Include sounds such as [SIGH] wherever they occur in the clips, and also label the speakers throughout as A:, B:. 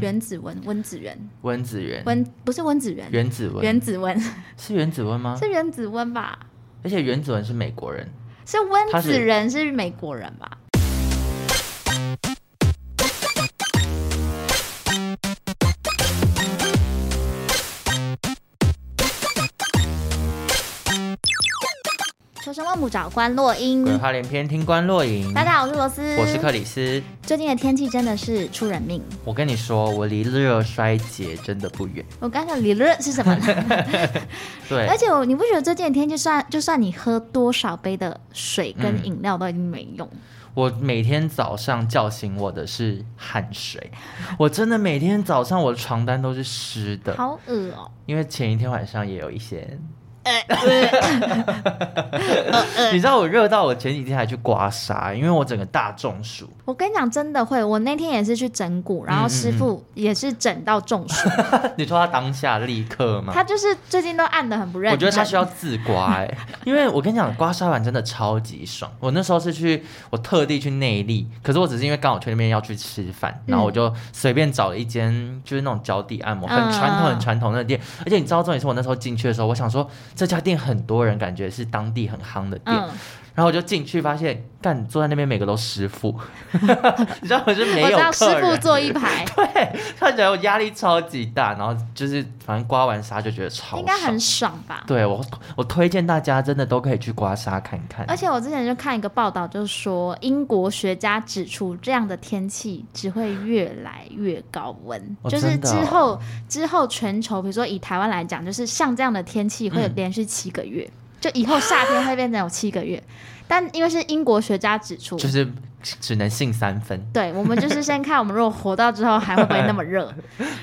A: 原子温，温子仁，
B: 温子仁，
A: 温不是温子仁，
B: 嗯原子温，啊
A: 原子温
B: 是原子温
A: [LAUGHS]
B: 吗？
A: 是原子温吧？
B: 而且原子温是美国人，
A: 是温
B: 他
A: 子
B: 是
A: 仁是美国人吧？求生万母找关洛英。
B: 鬼话连篇，听官落影。
A: 大家好，我是罗斯，
B: 我是克里斯。
A: 最近的天气真的是出人命。
B: 我跟你说，我离热衰竭真的不远。
A: 我刚想理论是什么呢？
B: 对
A: 而，且我你不觉得最近的天气算，就算你喝多少杯的水跟
B: 嗯
A: 饮料都已经没用，
B: 我每天早上叫醒我的是汗水，我真的每天早上我的床单都是湿的，
A: 好恶哦、
B: 因为前一天晚上也有一些。
A: 呃
B: [LAUGHS] 你知道我热到我前几天还去刮痧，因为我整个大中暑。
A: 我跟你讲，真的会。我那天也是去整骨，然后师
B: 嗯
A: 傅也是整到中暑。
B: [LAUGHS] 你说他当下立刻吗？
A: 他就是最近都按的很不认
B: 我
A: 真。
B: 觉得他需要自刮
A: [LAUGHS]
B: 哎、因为我跟你讲，刮痧板真的超级爽。我那时候是去，我特地去内力，可是我只是因为刚好去那边要去吃饭，
A: 嗯
B: 然后我就随便找了一间就是那种脚底按摩，很
A: 嗯
B: 传统、很传统的店。而且你知道重点是我那时候进去的时候，我想说这家店很多人感觉是当地很夯的店，
A: 嗯，
B: 然后我就进去发现，干坐在那边每个都
A: [LAUGHS]
B: 师傅，你知道我是没
A: 我
B: 有
A: 知道师
B: 客
A: 傅
B: 人。
A: 坐一
B: [LAUGHS]
A: 排，
B: 对，看起来我压力超级大，然后就是反正刮完痧就觉得超
A: 应该
B: 爽
A: 很爽吧？
B: 对我，我推荐大家真的都可以去刮痧看看。
A: 而且我之前就看一个报道，就是说英国学家指出，这样的天气只会越来越高温，
B: 哦
A: 就是
B: 真的
A: 之
B: 哦
A: 后之后全球，比如说以台湾来讲，就是像这样的天气
B: 嗯
A: 会有连续七个月，就以后夏天会变成有七个月。但因为是英国学家指出，
B: 就是只能信三分。
A: 对，我们就是先看我们如果活到之后还会不会那么
B: [LAUGHS]
A: 热。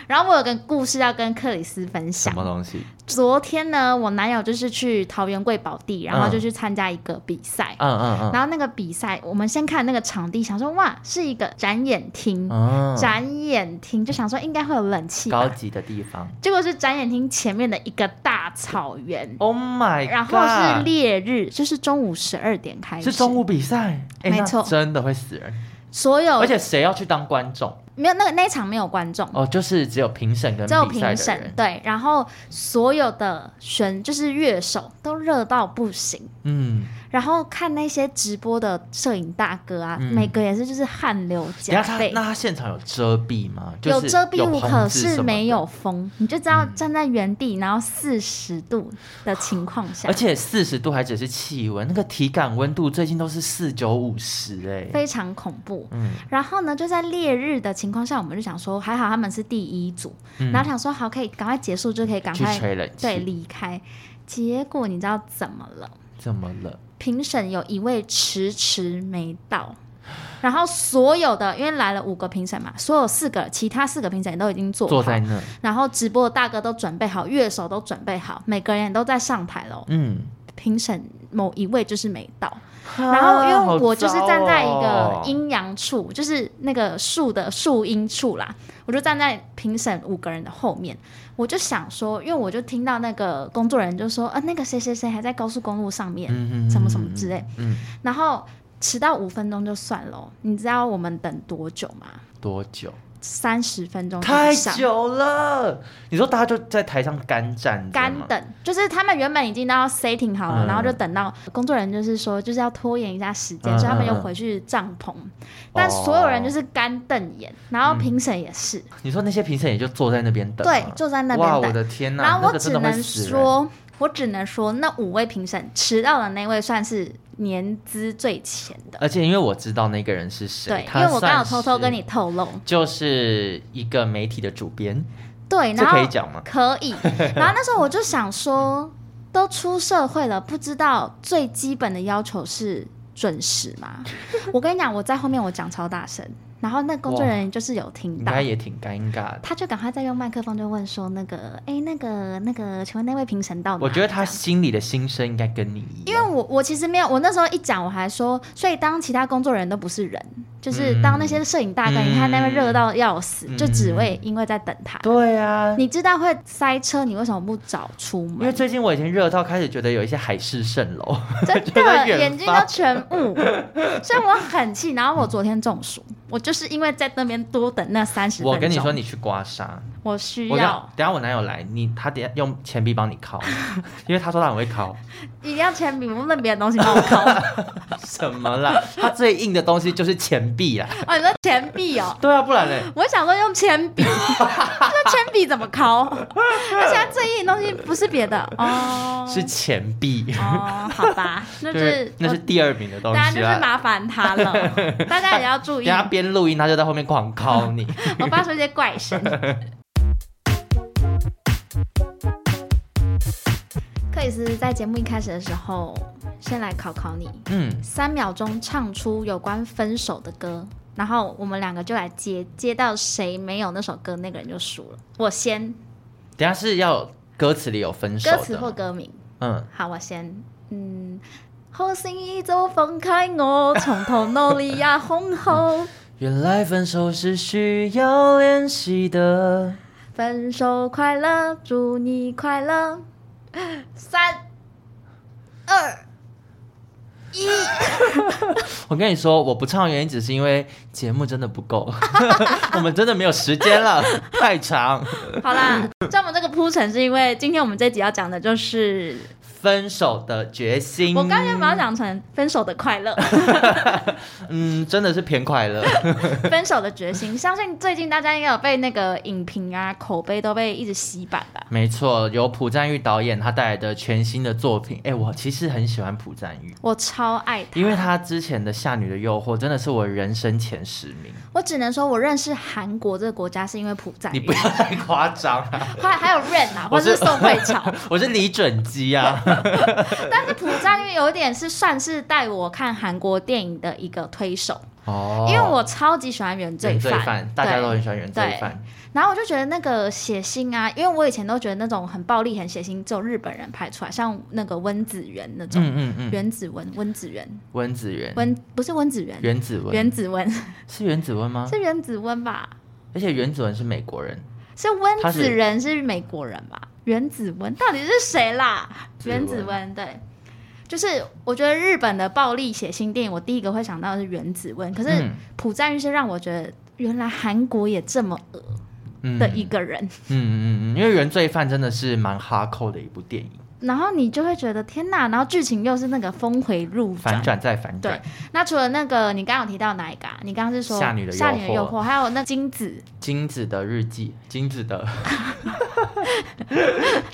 A: 然后我有个故事要跟克里斯分
B: 什
A: 享
B: 么。东西？
A: 昨天呢，我男友就是去桃园贵宝地，然后
B: 嗯
A: 就去参加一个比赛。
B: 嗯嗯嗯。
A: 然后那个比赛，我们先看那个场地，想说哇，是一个展演厅，
B: 嗯，
A: 展演厅就想说应该会有冷气吧
B: 高级的地方。
A: 结果是展演厅前面的一个大草原，
B: Oh my god！
A: 然后是烈日，就是中午十二点开始，
B: 是中午比赛，哎
A: 没
B: 那
A: 错哦
B: 真的会死人。
A: 所有，
B: 而且谁要去当观众？
A: 没有那个那一场没有观众，
B: 哦，就是只有评审跟
A: 只有
B: 比赛
A: 评
B: 的
A: 审
B: 人。
A: 对，然后所有的选就是乐手都热到不行，
B: 嗯，
A: 然后看那些直播的摄影大哥啊，
B: 嗯
A: 每个也是就是汗流
B: 等一下
A: 浃
B: 他
A: 背。
B: 那他现场有遮蔽吗？就是
A: 有遮蔽物，
B: 棚
A: 可
B: 子什
A: 是
B: 么
A: 没
B: 的嗯
A: 有风，你就知道站在原地，然后四十度的情况下
B: 而，且四十度还只是气温，那个体感温度最近都是四九五十哎。
A: 非常恐怖。
B: 嗯
A: 然后呢，就在烈日的情况下，我们就想说，还好他们是第一组，
B: 嗯
A: 然后想说好可以赶快结束，就可以赶
B: 去
A: 快
B: 吹冷气，
A: 对离开。结果你知道怎么了？
B: 怎么了？
A: 评审有一位迟迟没到，然后所有的因为来了五个评审嘛，所有四个其他四个评审都已经做
B: 坐
A: 好
B: 在那，
A: 然后直播的大哥都准备好，乐手都准备好，每个人也都在上台喽。
B: 嗯，
A: 评审某一位就是没到，
B: 然
A: 然后
B: 啊
A: 因为我就是站在一
B: 哦
A: 个阴阳处，就是那个树的树荫处啦，我就站在评审五个人的后面，我就想说，因为我就听到那个工作人员就说，啊，那个谁谁谁还在高速公路上面，
B: 嗯
A: 什么什么之类，
B: 嗯，
A: 然后迟到五分钟就算了，你知道我们等多久吗？
B: 多久？
A: 三十分钟以
B: 太
A: 上
B: 久了。你说大家就在台上干站，
A: 干，等，就是他们原本已经都要 setting 好了，
B: 嗯
A: 然后就等到工作人员就是说就是要拖延一下时间，
B: 嗯
A: 所以他们
B: 嗯
A: 又
B: 嗯
A: 回去帐篷，但所有人就是干瞪眼，然
B: 嗯
A: 后评审也是，
B: 你说那些评审也就坐在那边等吗，
A: 对，坐在那边
B: 哇，我
A: 等，
B: 的天哪！
A: 然后
B: 那
A: 我
B: 个
A: 只
B: 真的会
A: 能
B: 死人，
A: 说，我只能说那五位评审迟到的那位算是年资最浅的，
B: 而且因为我知道那个人是谁，
A: 对，
B: 他
A: 因为我刚好
B: 算
A: 偷偷跟
B: 是
A: 你透露，
B: 就是一个媒体的主编，
A: 对，
B: 这
A: 然
B: 可
A: 后
B: 以讲吗？
A: 可
B: [LAUGHS]
A: 以。然后那时候我就想说，都出社会了，不知道最基本的要求是准时
B: [LAUGHS]
A: 吗？我跟你讲，我在后面我讲超大声，然后那工作人员就是有听
B: 应
A: 到
B: 该。也挺尴尬的。
A: 他就赶快再用麦克风就问说：“那个，哎，那个，那个，请问那位评审到哪？”
B: 我觉得
A: 这
B: 他
A: 样
B: 心里的心声应该跟你一样，
A: 因为我我其实没有，我那时候一讲我还说，所以当其他工作人员都不是人，就是当那些摄影大哥，
B: 嗯
A: 你看那边热到要死，
B: 嗯
A: 就只为因为在等他。
B: 对呀、
A: 你知道会塞车，你为什么不早出
B: 因为
A: 门？
B: 最近我已经热到开始觉得有一些海市蜃楼， [LAUGHS]
A: 真
B: 觉得
A: 的
B: 远
A: 眼睛
B: 方
A: 都全雾，所以我很气。然后我昨天中暑，我就是因为在那边多等那三十分钟。
B: 我跟你说，，你去刮痧，
A: 我需
B: 我
A: 要
B: 要等下我男友来，你他等下用铅笔帮你敲，因为他说他很会敲，
A: [LAUGHS] 一定要铅笔，不能别的东西帮我抠。
B: 什么啦？他最硬的东西就是钱币啦。
A: 哦，你说钱币哦，
B: 对啊，不然嘞，
A: [LAUGHS] 我想说用铅笔，那铅笔怎么抠？而且它最硬的东西不是别的哦，
B: 是钱币，
A: 哦，好吧，
B: [LAUGHS]
A: 那就是
B: 那是
A: 我
B: 第二名的东
A: 大家
B: 西
A: 就是
B: 啦。
A: 麻烦他了，大家也要注
B: [LAUGHS] 等
A: 意，
B: 下边录音，他就在后面狂敲
A: [LAUGHS]
B: 你。
A: 我发出一些怪声。 [LAUGHS] 克里斯在节目一开始的时候，先来考考你，
B: 嗯，
A: 三秒钟唱出有关分手的歌，然后我们两个就来接，接到谁没有那首歌，那个人就输了。我先，
B: 等下是要歌词里有分手
A: 歌
B: 的，
A: 词或歌名。
B: 嗯，
A: 好，我先，嗯，好心已早放开我，从头努力呀哄好， [LAUGHS]
B: 原来分手是需要练习的。
A: 分手快乐，祝你快乐。三二一，
B: 我跟你说，我不唱的原因只是因为节目真的不够， [LAUGHS] 我们真的没有时间了， [LAUGHS] 太长。
A: 好啦，专门这个铺陈是因为今天我们这集要讲的就是，
B: 分手的决心，
A: 我刚刚把它讲成分手的快
B: [LAUGHS]
A: 乐，
B: 嗯，真的是偏快乐。
A: 分手的决心。相信最近大家应该有被那个影评啊、口碑都被一直洗版吧。
B: [LAUGHS] 没错，由朴赞玉导演他带来的全新的作品。哎、我其实很喜欢朴赞玉，
A: 我超爱他，
B: 因为他之前的《夏女的诱惑》真的是我人生前十名。
A: 我只能说，我认识韩国这个国家是因为朴赞
B: 你
A: 玉
B: 不，要太夸张啊！ [LAUGHS]
A: 还还有 Rain 啊，或
B: 我
A: 者
B: 是
A: 是宋慧乔，
B: 我是李准基
A: [LAUGHS]
B: 啊，
A: 但是朴赞玉有点是算是带我看韩国电影的一个推手，
B: 哦
A: 因为我超级喜欢原罪
B: 原罪
A: 犯
B: 犯，，大家
A: 对
B: 都很喜欢原罪
A: 对
B: 犯。
A: 然后我就觉得那个血腥啊，因为我以前都觉得那种很暴力、很血腥，只有日本人拍出来，像那个温子仁那种，
B: 嗯嗯嗯，
A: 原子文、温子仁、
B: 温子仁，
A: 温不是温子仁，
B: 原子文，
A: 原子文
B: 是原子文吗？
A: [LAUGHS] 是原子温吧？
B: 而且原子文是美国人，
A: 是温
B: 他
A: 子
B: 是
A: 仁是美国人吧？原子温到底是谁啦？
B: 子文
A: 原子温对，就是我觉得日本的暴力血腥电影，我第一个会想到的是原子温。可是
B: 嗯
A: 朴赞玉是让我觉得原来韩国也这么恶
B: 嗯
A: 的一个人，
B: 嗯嗯嗯嗯，因为原罪犯真的是蛮哈扣的一部电影，
A: 然后你就会觉得天哪，然后剧情又是那个峰回路
B: 反
A: 转。
B: 转再反
A: 对
B: 转，，
A: 那除了那个你刚刚有提到哪一个、啊？你刚刚是说
B: 夏女的诱惑
A: 诱惑，还有那金子，
B: 金子的日记，金子
A: [LAUGHS]
B: 的，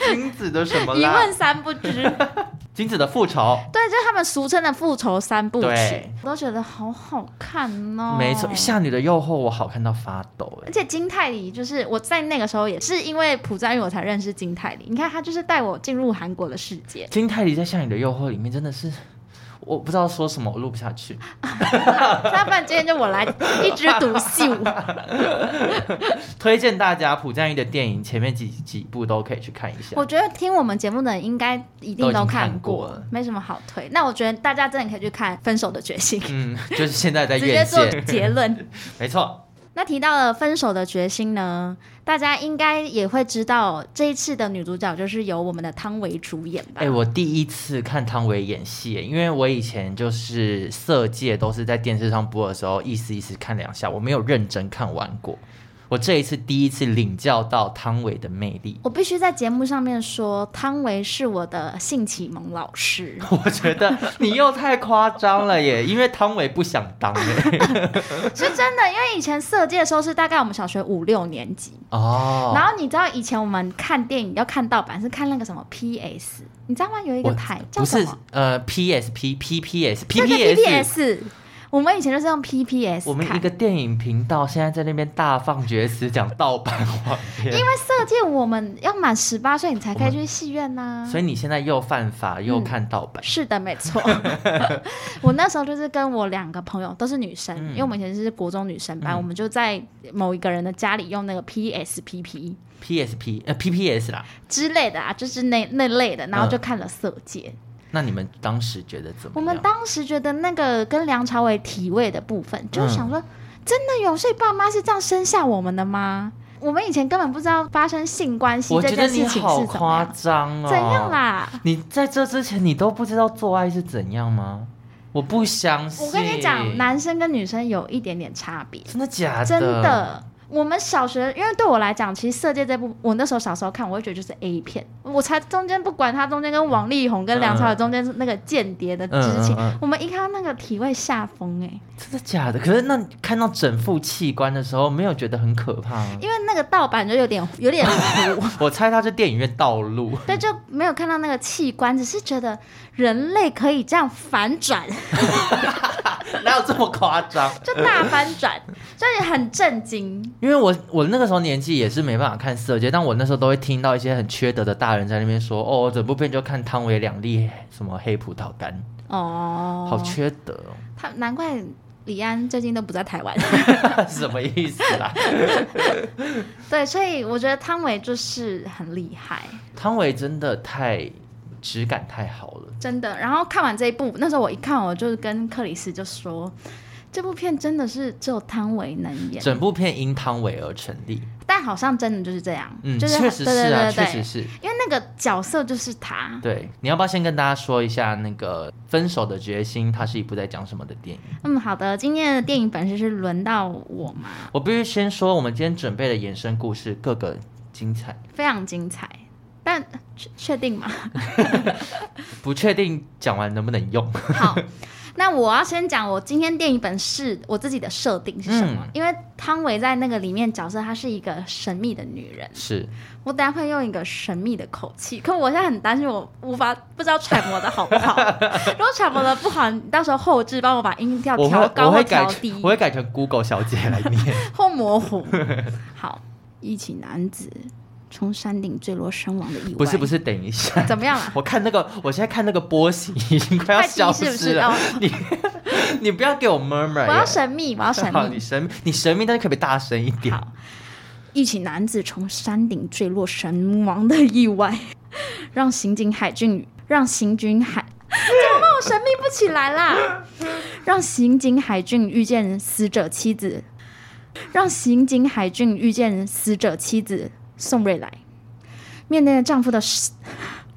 B: 金子的什么
A: 一
B: 啦
A: 问？三不
B: [LAUGHS]
A: 知。
B: 金子的复仇，
A: 对，就是他们俗称的复仇三部曲
B: 对，
A: 我都觉得好好看哦。
B: 没错，《夏女的诱惑》我好看到发抖哎、
A: 而且金泰梨就是我在那个时候也是因为朴赞玉我才认识金泰梨，你看他就是带我进入韩国的世界。
B: 金泰梨在《夏女的诱惑》里面真的是，我不知道说什么，我录不下去。
A: 那不然今天就我来一枝独
B: [LAUGHS]
A: 秀。
B: 推荐大家朴赞玉的电影，前面几几部都可以去看一下
A: 我。觉得听我们节目的人应该一定
B: 都已经
A: 看
B: 看过了
A: 没什么好推。那我觉得大家真的可以去看《分手的决心》，
B: 嗯，就是现 [LAUGHS] 在在
A: 直接
B: 院
A: 做
B: 线，
A: 结论。
B: 没错，
A: 那提到了《分手的决心》呢，大家应该也会知道，这一次的女主角就是由我们的汤唯主演吧？
B: 哎、我第一次看汤唯演戏，因为我以前就是色戒都是在电视上播的时候，意思意思看两下，我没有认真看完过。我这一次第一次领教到汤唯的魅力，
A: 我必须在节目上面说，汤唯是我的性启蒙老师。
B: 我觉得你又太夸张了耶，因为汤唯不想当耶。
A: [LAUGHS] 是真的，因为以前色戒的时候是大概我们小学五六年级，
B: 哦，
A: 然后你知道以前我们看电影要看盗版是看那个什么 PS，你知道吗？有一个
B: 我
A: 台叫
B: 不
A: 什
B: 是
A: 么？
B: 呃 PSP PPS
A: 对对
B: PPS。
A: PPS。我们以前就是用 PPS
B: 我们一
A: 看，
B: 个电影频道现在在那边大放厥词讲盗版网
A: 因
B: 片，
A: 为色戒我们要满十八岁你才可以去戏院呐、
B: 所以你现在又犯法又
A: 嗯
B: 看盗版，
A: [LAUGHS] 是的，没错。 [LAUGHS] 我那时候就是跟我两个朋友都是女生，
B: 嗯
A: 因为我们以前是国中女生班，我们就在某一个人的家里用那个 PSPP
B: PSP 呃 PPS 啦，嗯
A: 之类的啊，就是那那类的，然后就看了色戒。
B: 那你们当时觉得怎么样？
A: 我们当时觉得那个跟梁朝伟体味的部分，
B: 嗯
A: 就想说，真的有，所以爸妈是这样生下我们的吗？我们以前根本不知道发生性关系
B: 我
A: 这
B: 觉得
A: 件事
B: 你
A: 情是怎么
B: 好
A: 样
B: 夸张哦，
A: 怎样？啦？
B: 你在这之前你都不知道做爱是怎样吗？我不相信。
A: 我跟你讲，男生跟女生有一点点差别，
B: 真的假的？
A: 真的。我们小学，因为对我来讲，其实《色戒》这部，我那时候小时候看，我会觉得就是 A 片。我才中间不管它中间跟王力宏跟梁朝伟中间是那个间谍的之情，
B: 嗯嗯嗯嗯
A: 我们一看到那个体位下风哎、
B: 真的假的？可是那看到整副器官的时候，没有觉得很可怕
A: [LAUGHS]
B: 吗？
A: 因为那个盗版就有点有点
B: [LAUGHS]
A: 糊，
B: 我猜他是电影院道路， [LAUGHS]
A: 对，就没有看到那个器官，只是觉得人类可以这样反转， [LAUGHS]
B: 哪有这么夸张？
A: 就大翻
B: [LAUGHS]
A: 转，所以很震惊。
B: 因为我我那个时候年纪也是没办法看色戒，但我那时候都会听到一些很缺德的大人在那边说，哦，我整部片就看汤唯两粒什么黑葡萄干，
A: 哦，
B: 好缺德哦。 [LAUGHS]
A: 他难怪李安最近都不在台湾。
B: 什么意思
A: [LAUGHS]
B: 啊啦？
A: 对，所以我觉得汤唯就是很厉害，
B: 汤唯真的太质感太好了，
A: 真的。然后看完这一部，那时候我一看，我就是跟克里斯就说，这部片真的是只有汤唯能演，
B: 整部片因汤唯而成立。
A: 但好像真的就是这样，
B: 嗯，
A: 就是
B: 确实是
A: 对对
B: 啊，确
A: 对
B: 实
A: 对，
B: 是。
A: 因为那个角色就是他。
B: 对，你要不要先跟大家说一下那个《分手的决心》？它是一部在讲什么的电影？
A: 嗯，好的，今天的电影本身是轮到我嘛，
B: 我必须先说，我们今天准备的衍生故事各个精彩，
A: 非常精彩。但确确定
B: [LAUGHS]
A: 吗？
B: 不确定讲完能不能
A: [LAUGHS]
B: 用。
A: 好，那我要先讲我今天电影本是我自己的设定是什么，
B: 嗯
A: 因为汤唯在那个里面角色，她是一个神秘的女人。
B: 是，
A: 我等下会用一个神秘的口气，可我现在很担心，我无法不知道揣摩的好不
B: [LAUGHS]
A: 好。如果揣摩的不好，你到时候后置帮我把音调
B: 我
A: 调
B: 会
A: 高
B: 我
A: 或
B: 会改
A: 调
B: 成
A: 低
B: 我，会改成 Google 小姐来念。
A: [LAUGHS] 或模
B: [LAUGHS]
A: 糊。好，一起男子从山顶坠落身亡的意外，
B: 不是不是，等一下。
A: 怎么样啊？
B: 我看那个，我现在看那个波形已经 [LAUGHS] 快要
A: 快
B: 消
A: 低是不
B: 失
A: 是？
B: 了。
A: 哦，
B: [LAUGHS] 你你不要给我 murmur，
A: 我要
B: 耶
A: 神秘，我要神
B: 好，
A: 秘
B: 你。神秘，你神秘，但是可不可以大声一点？
A: 好，一起男子从山顶坠落身亡的意外， [LAUGHS] 让刑警海俊让刑警海，怎么让我神秘不起来
B: [LAUGHS]
A: 啦？让刑警海俊遇见死者妻子，让刑警海俊遇见死者妻子宋瑞来，面对丈夫的死。 [LAUGHS]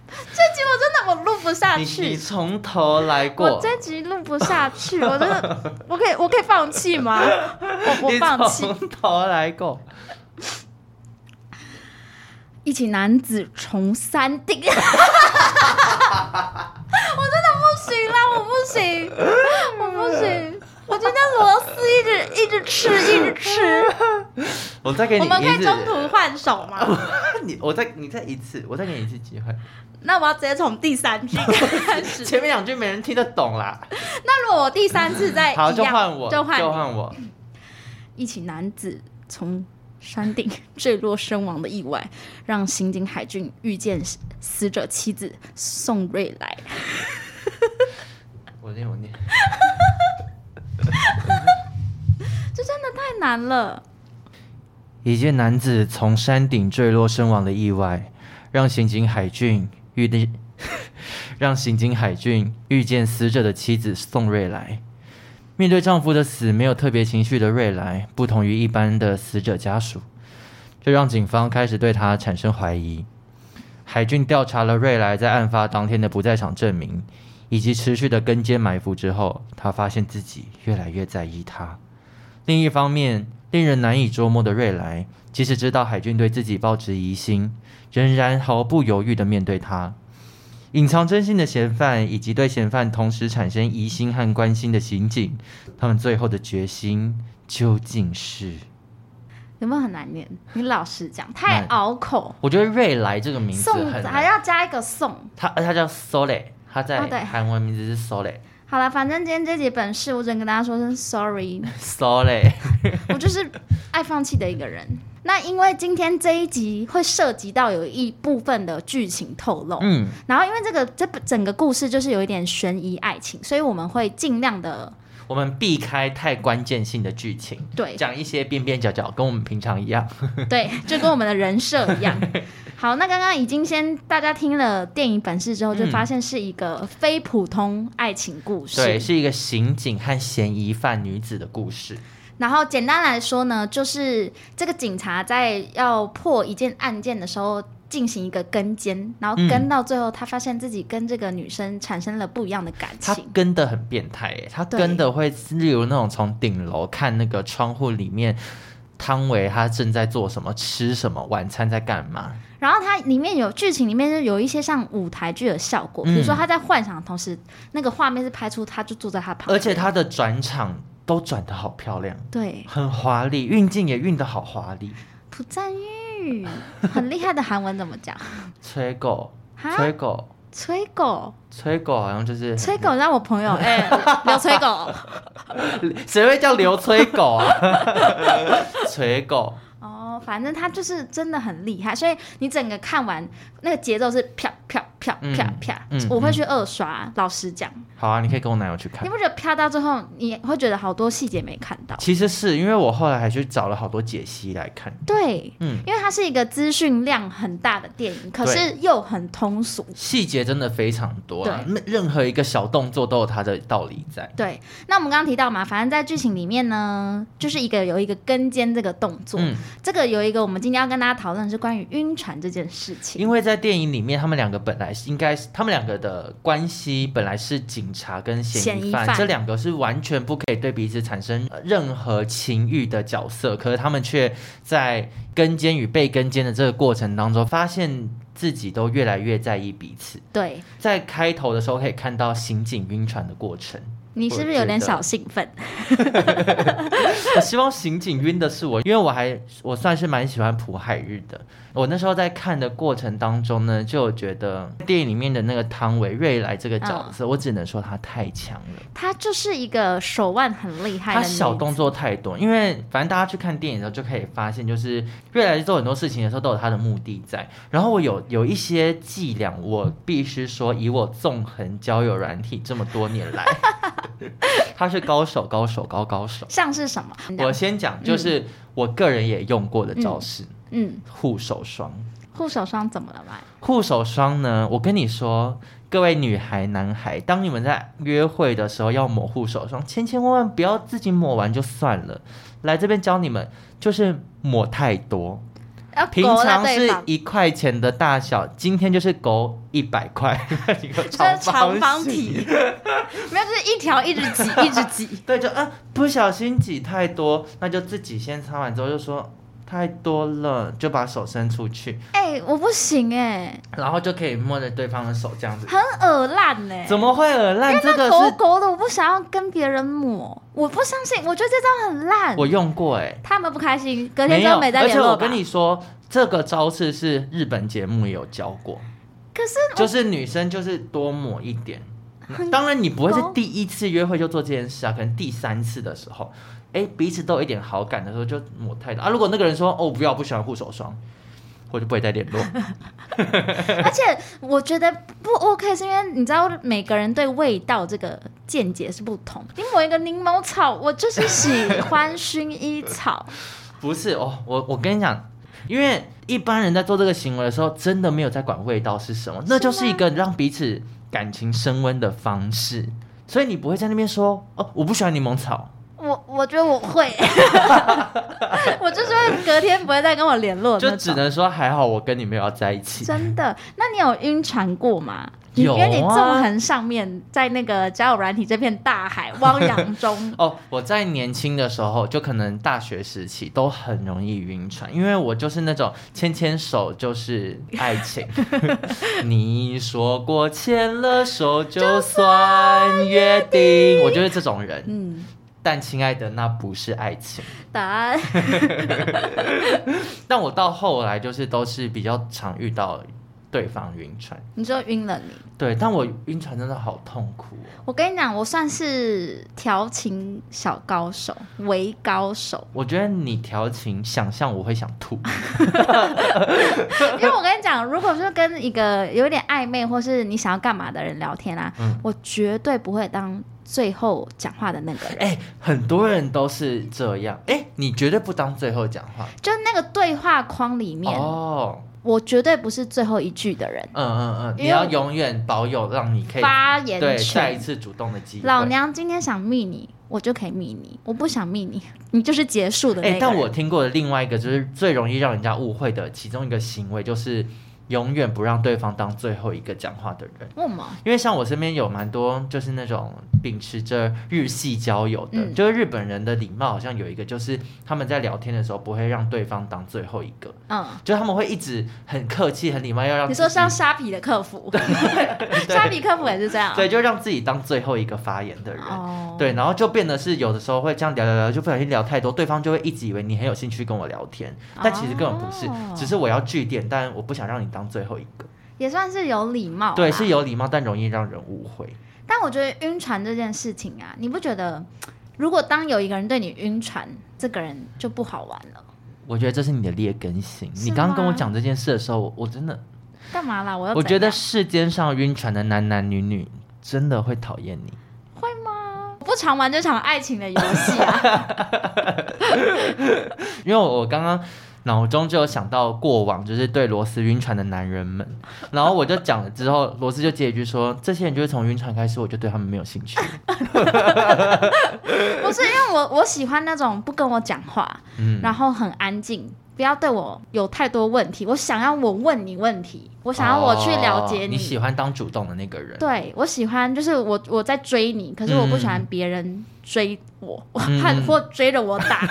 A: 这集我真的我录不下
B: 你你
A: 去，
B: 从头来
A: 我
B: 过，
A: 这集录不下去，我真
B: [LAUGHS]
A: 的，我可以我可以放弃吗？我我
B: 你
A: 放弃。
B: 从头来过。
A: 一起男子重山顶。我 [LAUGHS] 真的不行啦，我不行，我不行，我今天螺丝一直一直吃，一直吃。
B: [LAUGHS] 我再给
A: 我
B: 你
A: 们可
B: 一
A: 以
B: 次，
A: 中途换手吗？
B: [LAUGHS] 你我再你再一次，我再给你一次机会。
A: 那我要直接从第三句开
B: [LAUGHS]
A: 始。
B: 前面两句没人听得懂啦，
A: 那如果我第三次再
B: 好，
A: 哎一
B: 就
A: 样
B: 换我，
A: 就
B: 就
A: 换你
B: 换我。
A: 一起男子从山顶 [LAUGHS] 坠落身亡的意外，让刑警海俊遇见死死者妻子宋瑞来。
B: 我念我念，
A: 这真的太难了。
B: 一件男子从山顶坠落身亡的意外，让刑警海俊遇见， [LAUGHS] 让刑警海俊遇见死者的妻子宋瑞来。面对丈夫的死没有特别情绪的瑞来，不同于一般的死者家属，这让警方开始对他产生怀疑。海俊调查了瑞来在案发当天的不在场证明，以及持续的跟监埋伏之后，他发现自己越来越在意他。另一方面，令人难以捉摸的瑞来，即使知道海俊对自己抱持疑心，仍然毫不犹豫地面对他。隐藏真心的嫌犯，以及对嫌犯同时产生疑心和关心的刑警，他们最后的决心究竟是？
A: 有没有很难念？你老实讲，太
B: 难
A: 拗口。
B: 我觉得“瑞来”这个名字
A: 宋
B: 很
A: 还
B: 难，
A: 要加一个宋。
B: 他他叫 Sole，他
A: 哦对
B: 在韩文名字是 Sole
A: 好了，反正今天这几本事，我只能跟大家说声 sorry，
B: Sole。
A: 我就是爱放弃的一个人。那因为今天这一集会涉及到有一部分的剧情透露，
B: 嗯，
A: 然后因为这个这部整个故事就是有一点悬疑爱情，所以我们会尽量的
B: 我们避开太关键性的剧情，
A: 对
B: 讲一些边边角角，跟我们平常一样。 [LAUGHS]
A: 对，就跟我们的人设一样。好，那刚刚已经先大家听了电影本事之后，
B: 嗯
A: 就发现是一个非普通爱情故事。
B: 对，是一个刑警和嫌疑犯女子的故事。
A: 然后简单来说呢，就是这个警察在要破一件案件的时候。进行一个跟监，然
B: 嗯
A: 后跟到最后，他发现自己跟这个女生产生了不一样的感
B: 他
A: 情。
B: 跟的很变态耶，他
A: 对
B: 跟的会，例如那种从顶楼看那个窗户里面，汤唯他正在做什么，吃什么，晚餐在干嘛，
A: 然后它里面有剧情里面就有一些像舞台剧的效果，比如说
B: 嗯
A: 他在幻想的同时，那个画面是拍出他就坐在他旁边，
B: 而且他的转场都转的好漂亮，
A: 对
B: 很华丽，运镜也运的好华丽，
A: 朴赞玉很厉害的韩文怎么讲？
B: 吹狗，
A: 哈
B: 吹狗，
A: 崔狗，
B: 吹狗好像就是
A: 崔狗让我朋友哎、聊崔狗
B: 谁会叫刘吹狗啊？ [LAUGHS] 吹狗，
A: 哦，反正他就是真的很厉害，所以你整个看完那个节奏是啪啪啪啪
B: 嗯
A: 啪，
B: 嗯
A: 我会
B: 嗯
A: 去二刷，老实讲。
B: 好啊，你可以跟我男友去看
A: 你。不觉得啪到最后，你会觉得好多细节没看到？
B: 其实是因为我后来还去找了好多解析来看，
A: 对，
B: 嗯，
A: 因为它是一个资讯量很大的电影，可是又很通俗。
B: 细节真的非常多、啊，那任何一个小动作都有它的道理在。
A: 对，那我们刚刚提到嘛，反正在剧情里面呢，就是一个有一个跟监这个动作，
B: 嗯，
A: 这个有一个我们今天要跟大家讨论的是关于晕船这件事情。
B: 因为在电影里面，他们两个本来是应该是，他们两个的关系本来是警察跟嫌
A: 嫌
B: 疑
A: 疑
B: 犯，
A: 犯
B: 这两个是完全不可以对彼此产生呃任何情欲的角色，可是他们却在跟监与被跟监的这个过程当中，发现自己都越来越在意彼此。
A: 对
B: 在开头的时候可以看到刑警晕船的过程，
A: 你是不是
B: 我
A: 有
B: 觉
A: 点
B: 得
A: 小兴奋？
B: [LAUGHS] 我希望刑警晕的是我，因为我还我算是蛮喜欢朴海日的。我那时候在看的过程当中呢，就有觉得电影里面的那个汤唯瑞来这个角色，我只能说他太强了，
A: 他就是一个手腕很厉害的
B: 他
A: 女子，
B: 小动作太多。因为反正大家去看电影的时候就可以发现，就是瑞来做很多事情的时候都有他的目的在。然后我有有一些伎俩，我必须说，以我纵横交友软体这么多年来， [LAUGHS] 他是高手，高手，高高手。
A: 像是什么？
B: 我先讲，就是我个人也用过的招式，
A: 嗯，
B: 护手霜。
A: 护手霜怎么了嘛？
B: 护手霜呢，我跟你说，各位女孩、男孩，当你们在约会的时候要抹护手霜，千千万万不要自己抹完就算了。来这边教你们，就是抹太多。
A: 要
B: 平
A: 啊勾了
B: 常
A: 对
B: 是
A: 方，
B: 一块钱的大小，今天就是狗一百块， [LAUGHS] 一个
A: 这是长
B: 长
A: 方
B: 方
A: 体， [LAUGHS] 没有，就是一条一直挤，一直挤。
B: [LAUGHS] 对，就啊不小心挤太多，那就自己先擦完之后就说太多了，就把手伸出去，
A: 哎、我不行哎、
B: 然后就可以摸着对方的手这样子。
A: 很恶烂呢、哎
B: 怎么会耳烂？这个
A: 狗
B: 是
A: 狗的，我不想要跟别人抹，我不相信，我觉得这招很烂。
B: 我用过哎、
A: 他们不开心，隔天
B: 没
A: 就
B: 有，
A: 没再
B: 而
A: 联
B: 且
A: 络
B: 我
A: 吧
B: 跟你说，这个招式是日本节目也有教过， [LAUGHS]
A: 可是
B: 就是女生就是多抹一点。当然，你不会是
A: 高
B: 第一次约会就做这件事啊，可能第三次的时候，哎、彼此都有一点好感的时候就抹太多啊。如果那个人说哦不要，不喜欢护手霜，我就不会再联络。
A: [LAUGHS] 而且我觉得不 OK，是因为你知道每个人对味道这个见解是不同。你抹一个柠檬草，我就是喜欢薰衣草， [LAUGHS]
B: 不是哦，我我跟你讲，因为一般人在做这个行为的时候，真的没有在管味道是什么，那就是一个让彼此感情升温的方式。所以你不会在那边说哦，我不喜欢柠檬草，
A: 我我觉得我会， [LAUGHS] 我就是会隔天不会再跟我联络的
B: 就
A: 哦那
B: 只
A: 种。
B: 能说还好我跟你没有要在一起。
A: 真的？那你有晕船过吗？你
B: 有啊，
A: 因为你纵横上面，在那个交友软体这片大海汪洋中
B: 哦，我在年轻的时候，就可能大学时期都很容易晕船，因为我就是那种牵牵手就是爱情。你说过牵了手就算约定，我就是这种人。
A: 嗯，
B: 但亲爱的，那不是爱情。
A: 答案 [LAUGHS]
B: 但我到后来就是都是比较常遇到对方晕船，
A: 你就晕了你。
B: 对，但我晕船真的好痛苦哦、，
A: 我跟你讲，我算是调情小高手，为高手
B: 我觉得你调情，想象我会想吐。
A: [LAUGHS] 因为我跟你讲，如果是跟一个有点暧昧或是你想要干嘛的人聊天啊，
B: 嗯
A: 我绝对不会当最后讲话的那个人。
B: 哎、很多人都是这样。哎、你绝对不当最后讲话
A: 就那个对话框里面，
B: 哦。
A: 我绝对不是最后一句的人。
B: 嗯嗯嗯，
A: 因为
B: 你要永远保有让你可以
A: 发
B: 对
A: 言
B: 再一
A: 权，
B: 次主动的机会。
A: 老娘今天想密你，我就可以密你；我不想密你，你就是结束的那个人。
B: 哎、但我听过的另外一个就是最容易让人家误会的其中一个行为，就是永远不让对方当最后一个讲话的人。
A: 为什么？
B: 因为像我身边有蛮多就是那种秉持着日系交友的，
A: 嗯
B: 就是日本人的礼貌好像有一个，就是他们在聊天的时候不会让对方当最后一个，
A: 嗯，
B: 就是他们会一直很客气、很礼貌，要让
A: 你说
B: 自己
A: 像沙皮的客
B: [LAUGHS]
A: 服，沙皮客服也是这样。
B: 对，就让自己当最后一个发言的人。
A: 哦，
B: 对，然后就变得是有的时候会这样聊聊聊，就不小心聊太多，对方就会一直以为你很有兴趣跟我聊天，但其实根本不是，
A: 哦
B: 只是我要据点，但我不想让你当最后一个。
A: 也算是有礼貌。
B: 对，是。有礼貌，但容易让人误会。
A: 但我觉得晕船这件事情啊，你不觉得？如果当有一个人对你晕船，这个人就不好玩了。
B: 我觉得这是你的劣根性。
A: 是
B: 你刚刚跟我
A: 吗
B: 讲这件事的时候，我我真的，
A: 干嘛啦？我要
B: 我觉得
A: 怎样
B: 世间上晕船的男男女女真的会讨厌你。
A: 会吗？我不常玩这场爱情的游戏
B: [LAUGHS]
A: 啊。
B: 因为我刚刚脑中就有想到过往，就是对罗斯晕船的男人们，然后我就讲了之后，罗斯就接一句说：“这些人就是从晕船开始，我就对他们没有兴
A: 哦
B: 趣。
A: 不是因为我我喜欢那种不跟我讲话，”
B: 嗯，
A: 然后很安静，不要对我有太多问题。我想要我问你问题，我想要我去了解
B: 哦
A: 你。
B: 你喜欢当主动的那个人，
A: 对我喜欢就是我我在追你，可是我不喜欢
B: 嗯
A: 别人追我，[LAUGHS]
B: 嗯
A: 和或追着我
B: [LAUGHS]
A: 打。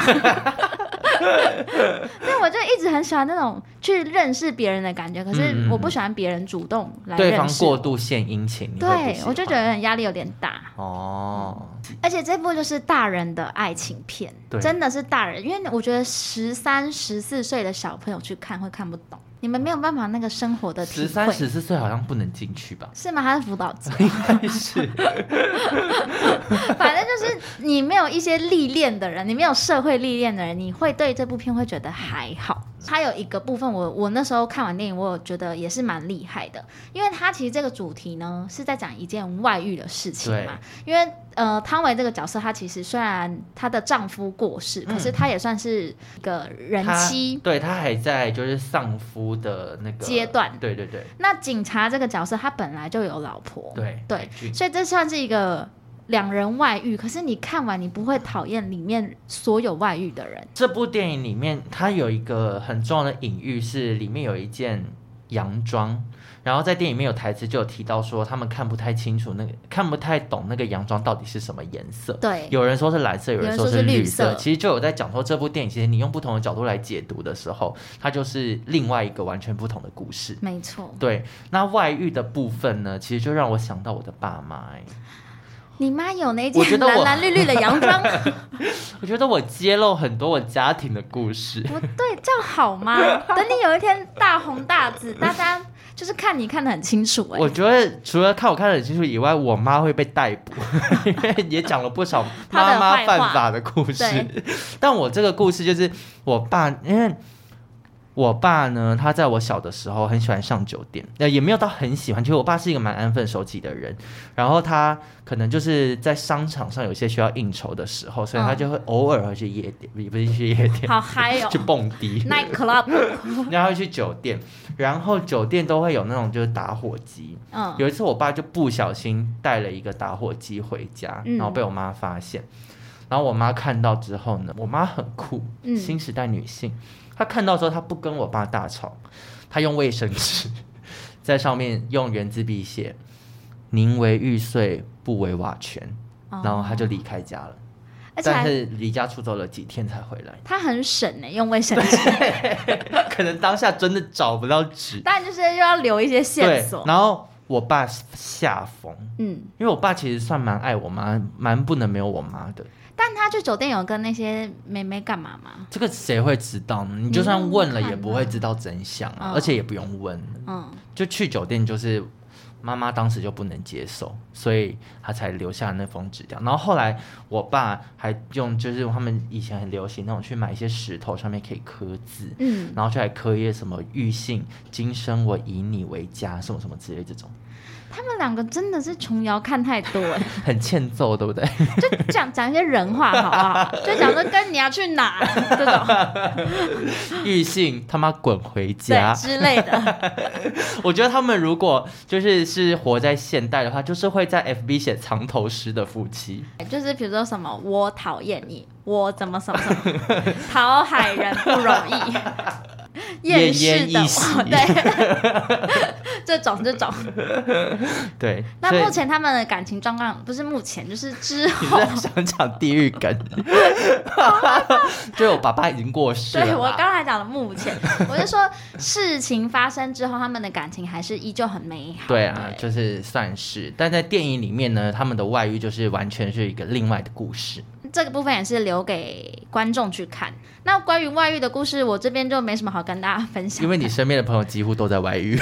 A: 对，我就一直很喜欢那种去认识别人的感觉，可
B: 嗯
A: 是
B: 嗯
A: 我不喜欢别人主动来
B: 对方
A: 认识
B: 过
A: 我。
B: 度献殷勤，你会不
A: 对
B: 喜，欢
A: 我就觉得压力有点大。
B: 哦，
A: 而且这部就是大人的爱情片
B: 对，
A: 真的是大人，因为我觉得十三、十四岁的小朋友去看会看不懂，你们没有办法那个生活的体
B: 十
A: 会。？
B: 三十四岁好像不能进去吧
A: 是吗？他是辅导级，
B: 应该是，
A: [LAUGHS] 反正就是你没有一些历练的人，你没有社会历练的人，你会对这部片会觉得还好。它有一个部分我，我那时候看完电影，我有觉得也是蛮厉害的，因为它其实这个主题呢是在讲一件外遇的事情嘛。因为呃，汤唯这个角色，她其实虽然她的丈夫过世，
B: 嗯
A: 可是她也算是一个人
B: 他
A: 妻。
B: 对他还在就是丧夫的那个
A: 阶段
B: 对对对
A: 那警察这个角色，他本来就有老婆，
B: 对
A: 对
B: 海俊
A: 所以这算是一个两人外遇。可是你看完，你不会讨厌里面所有外遇的人。
B: 这部电影里面，它有一个很重要的隐喻是，里面有一件洋装，然后在电影里面有台词就有提到说，他们看不太清楚那个，看不太懂那个洋装到底是什么颜色。
A: 对，
B: 有人说是蓝色，有人
A: 人
B: 说
A: 说是
B: 绿
A: 绿色
B: 其实就有在讲说这部电影，其实你用不同的角度来解读的时候，它就是另外一个完全不同的故事。
A: 没错。
B: 对，那外遇的部分呢，其实就让我想到我的爸妈、欸。
A: 你妈有那
B: 我觉
A: 件
B: 得
A: 蓝
B: 我
A: 蓝绿绿的洋
B: [LAUGHS]
A: 装，
B: 我觉得我揭露很多我家庭的故事。
A: 不对，这样好吗？等你有一天大红大紫，大家就是看你看得很清楚、欸。
B: 我觉得除了看我看得很清楚以外，我妈会被逮捕，因为也讲了不少
A: 她
B: 妈
A: 的
B: 妈
A: 坏
B: 犯
A: 话
B: 法的故事
A: 对。
B: [LAUGHS] 但我这个故事就是我爸，因为我爸呢，他在我小的时候很喜欢上酒店，呃，也没有到很喜欢，其实我爸是一个蛮安分守己的人。然后他可能就是在商场上有些需要应酬的时候，所以他
A: 嗯
B: 就会偶尔会去夜店，也不是去夜店，
A: 好嗨哦
B: [LAUGHS] 去蹦迪。
A: ，night club，
B: 然后去酒店，然后酒店都会有那种就是打火机，
A: 嗯，
B: [LAUGHS] 有一次，我爸就不小心带了一个打火机回家，
A: 嗯
B: 然后被我妈发现。然后我妈看到之后呢，我妈很酷，
A: 嗯
B: 新时代女性。她看到之后，她不跟我爸大吵，她用卫生纸在上面用圆珠笔写“宁为玉碎，不为瓦全”，
A: 哦
B: 然后她就离开家了。
A: 而且
B: 但
A: 还
B: 是离家出走了几天才回来，
A: 他很省呢、用卫生纸，
B: 可能当下真的找不到纸。
A: [LAUGHS] 但就是又要留一些线
B: 对，
A: 索。
B: 然后我爸吓疯，
A: 嗯，
B: 因为我爸其实算蛮爱我妈，蛮不能没有我妈的。
A: 但他去酒店有跟那些妹妹干嘛吗？
B: 这个谁会知道呢？你就算问了，也不会知道真相啊，
A: 嗯
B: 而且也不用问。
A: 嗯，
B: 就去酒店，就是妈妈当时就不能接受，所以她才留下那封纸条。然后后来我爸还用，就是他们以前很流行那种去买一些石头，上面可以刻字，
A: 嗯，
B: 然后就来刻一些什么“玉信今生我以你为家”什么什么之类这种。
A: 他们两个真的是琼瑶看太多 [LAUGHS] 了，
B: 很欠揍，对不 [LAUGHS] 对？
A: 就讲讲一些人话好不好？就讲说跟你要去哪这
B: [LAUGHS]
A: 种
B: 玉信他妈滚回家
A: 对！之类的，
B: 我觉得他们如果就是是活在现代的话，就是会在 FB 写藏头诗的夫妻。
A: 就是比如说什么我讨厌你，我怎么什么什么，
B: [LAUGHS]
A: 讨海人不容易，
B: [LAUGHS] 奄
A: 世
B: 奄
A: 的
B: 一息
A: 我， [LAUGHS] 对， [LAUGHS] 这种这种。
B: 对，
A: 那
B: 所以
A: 目前他们的感情状况不是目前，就是之
B: [LAUGHS] 你
A: 后。
B: 是在想讲地狱梗？ [LAUGHS] 就我爸爸已经过世了
A: 对
B: 啦，
A: 我刚才讲的目前，我就说事情发生之后，他们的感情还是依旧很美好。
B: 对啊，就是算是，但在电影里面呢，他们的外遇就是完全是一个另外的故事。
A: 这个部分也是留给观众去看。那关于外遇的故事，我这边就没什么好跟大家分享的，
B: 因为你身边的朋友几乎都在
A: [LAUGHS]
B: 外遇，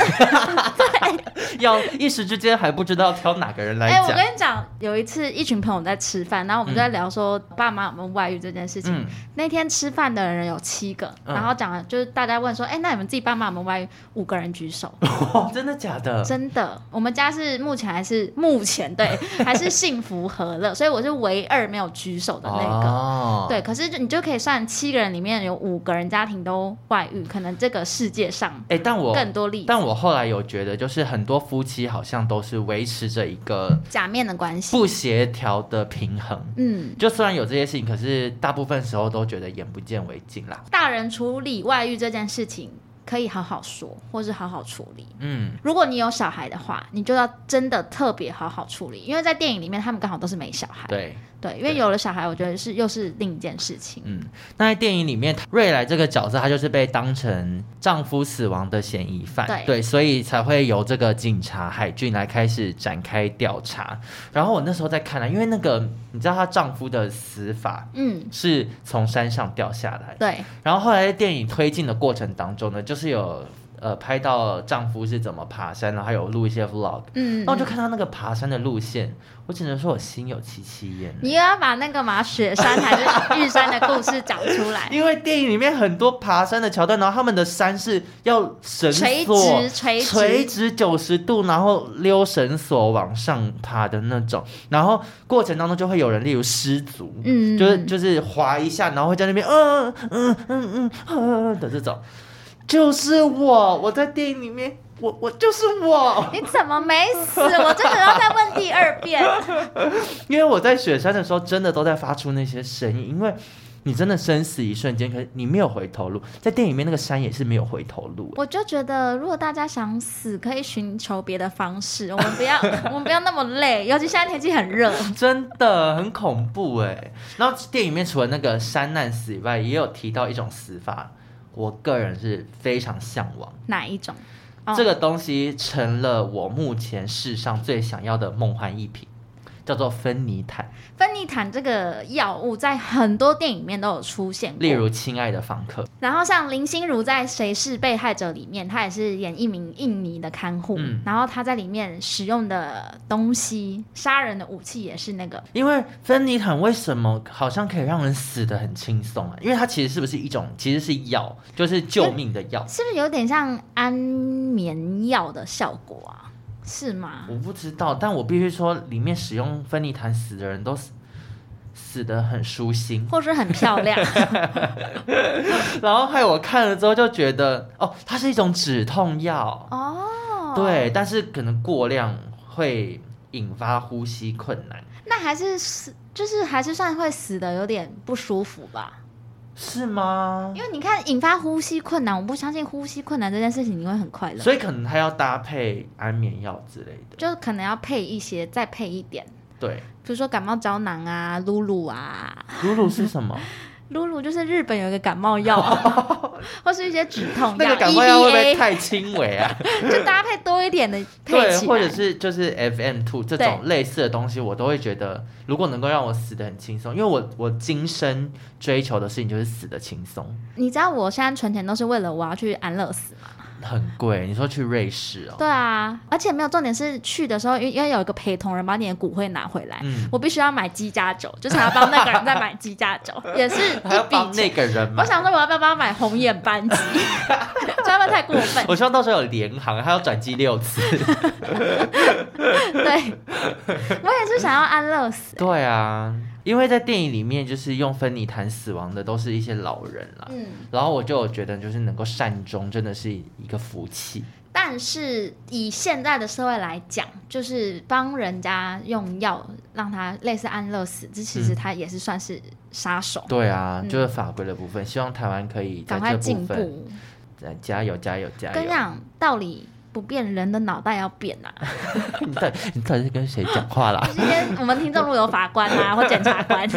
B: 要一时之间还不知道挑哪个人来
A: 哎、我
B: 讲。
A: 跟你讲，有一次一群朋友在吃饭，然后我们就在聊说爸妈有没有外遇这件事情。
B: 嗯
A: 那天吃饭的人有七个，
B: 嗯
A: 然后讲了就是大家问说，哎、那你们自己爸妈有没有外遇？五个人举手，
B: 哦，真的假的？
A: 真的，我们家是目前还是 [LAUGHS] 目前对还是幸福和乐，所以我是唯二没有举手的那个。
B: 哦，
A: 对，可是就你就可以算七个人里面有五个人家庭都外遇，可能这个世界上
B: 哎、但我
A: 更多例子，
B: 但我后来有觉得，就是很多夫妻好像都是维持着一个
A: 假面的关系。
B: 不协调的平衡。
A: 嗯，
B: 就虽然有这些事情，可是大部分时候都觉得眼不见为净啦。
A: 大人处理外遇这件事情，可以好好说，或是好好处理。
B: 嗯，
A: 如果你有小孩的话，你就要真的特别好好处理，因为在电影里面他们刚好都是没小孩。
B: 对。
A: 对，因为
B: 对
A: 有了小孩，我觉得是又是另一件事情。
B: 嗯，那在电影里面，瑞莱这个角色，她就是被当成丈夫死亡的嫌疑犯，
A: 对
B: 所以才会由这个警察海俊来开始展开调查。然后我那时候在看啊，因为那个你知道她丈夫的死法
A: 嗯，
B: 是从山上掉下来，
A: 对，
B: 然后后来在电影推进的过程当中呢，就是有呃拍到丈夫是怎么爬山，然后还有录一些 vlog，
A: 嗯，
B: 那我就看到那个爬山的路线，我只能说我心有戚戚焉。
A: 你又要把那个嘛雪山还是玉山的故事讲出来，
B: 因为电影里面很多爬山的桥段，然后他们的山是要绳
A: 垂
B: 索
A: 直垂直
B: 垂直九十度，然后溜绳索往上爬的那种，然后过程当中就会有人例如失足，
A: 嗯，
B: 就是就是滑一下，然后会在那边嗯嗯嗯嗯嗯的这种，就是我，我在电影里面，我我就是我， [LAUGHS]
A: 你怎么没死？我真的要再问第二遍。
B: 因为我在雪山的时候真的都在发出那些声音，因为。你真的生死一瞬间，可是你没有回头路，在电影里面那个山也是没有回头路。
A: 我就觉得，如果大家想死，可以寻求别的方式。我们不
B: [LAUGHS]
A: 要，我们不要那么累，尤其现在天气很热。
B: 真的很恐怖哎、然后电影里面除了那个山难死以外，也有提到一种死法，我个人是非常向往。
A: 哪一种？哦
B: 这个东西成了我目前世上最想要的梦幻一品，叫做芬尼坦，
A: 芬妮坦这个药物在很多电影里面都有出现过，
B: 例如《亲爱的房客》。
A: 然后像林心如在《谁是被害者》里面，她也是演一名印尼的看护，
B: 嗯
A: 然后她在里面使用的东西，杀人的武器也是那个，
B: 因为芬尼坦为什么好像可以让人死得很轻松啊？因为它其实是不是一种，其实是药，就是救命的药。
A: 是不是有点像安眠药的效果啊？是吗？
B: 我不知道，但我必须说，里面使用芬尼坦死的人都死死得很舒心。
A: 或是很漂
B: [LAUGHS]
A: 亮？
B: 然后害我看了之后就觉得，哦，它是一种止痛药，
A: 哦，
B: 对，但是可能过量会引发呼吸困难，
A: 那还是死，就是还是算会死的，有点不舒服吧。
B: 是吗
A: 因？为你看，引发呼吸困难，我不相信呼吸困难这件事情你会很快乐，
B: 所以可能它要搭配安眠药之类的，
A: 就可能要配一些，再配一点，
B: 对。
A: 比如说感冒胶囊啊、露露啊，
B: 露露是
A: [LAUGHS]
B: 什么？
A: 露露就是日本有一个感冒
B: [LAUGHS]
A: 药啊，或是一些止痛
B: 那
A: 药
B: 个感冒药会不会
A: EVA，
B: 太轻
A: [LAUGHS]
B: 微啊？
A: 就搭配多一点的配
B: 对，
A: 起
B: 或
A: 来
B: 者。是就是 FM two 这种类似的东西，我都会觉得，如果能够让我死得很轻松，因为我我今生追求的事情就是死得轻松，
A: 你知道我现在存钱都是为了我要去安乐死吗？
B: 很贵。你说去瑞士哦，
A: 对啊，而且没有重点是去的时候，因为因为有一个陪同人把你的骨灰拿回来，
B: 嗯
A: 我必须要买鸡加酒，就是还要帮那个人再买鸡加
B: [LAUGHS]
A: 酒，也是
B: 还要
A: 一笔
B: 帮
A: 钱。
B: 那个人
A: 我
B: 买。
A: [LAUGHS] 想说，我要不要帮他买红眼班机？这样会不会太太过
B: [LAUGHS]
A: 分。
B: 我希望到时候有联航，他要转机六
A: [LAUGHS]
B: 次。
A: 对，我也是想要安乐死。
B: 对啊，因为在电影里面就是用芬妮谈死亡的都是一些老人啦，
A: 嗯，
B: 然后我就有觉得就是能够善终真的是一个福气。
A: 但是以现在的社会来讲，就是帮人家用药让他类似安乐死，这其实
B: 嗯
A: 他也是算是杀手。
B: 对啊，
A: 嗯
B: 就是法规的部分，希望台湾可以
A: 赶
B: 在
A: 快
B: 这部
A: 进
B: 分
A: 步，
B: 呃加油加油加
A: 跟你
B: 油！
A: 讲道理不变，人的脑袋要变啊！
B: 你到底你到底是跟谁讲话
A: [LAUGHS]
B: 啦？
A: 今天我们听众如有法官啊或检察
B: [LAUGHS]
A: 官，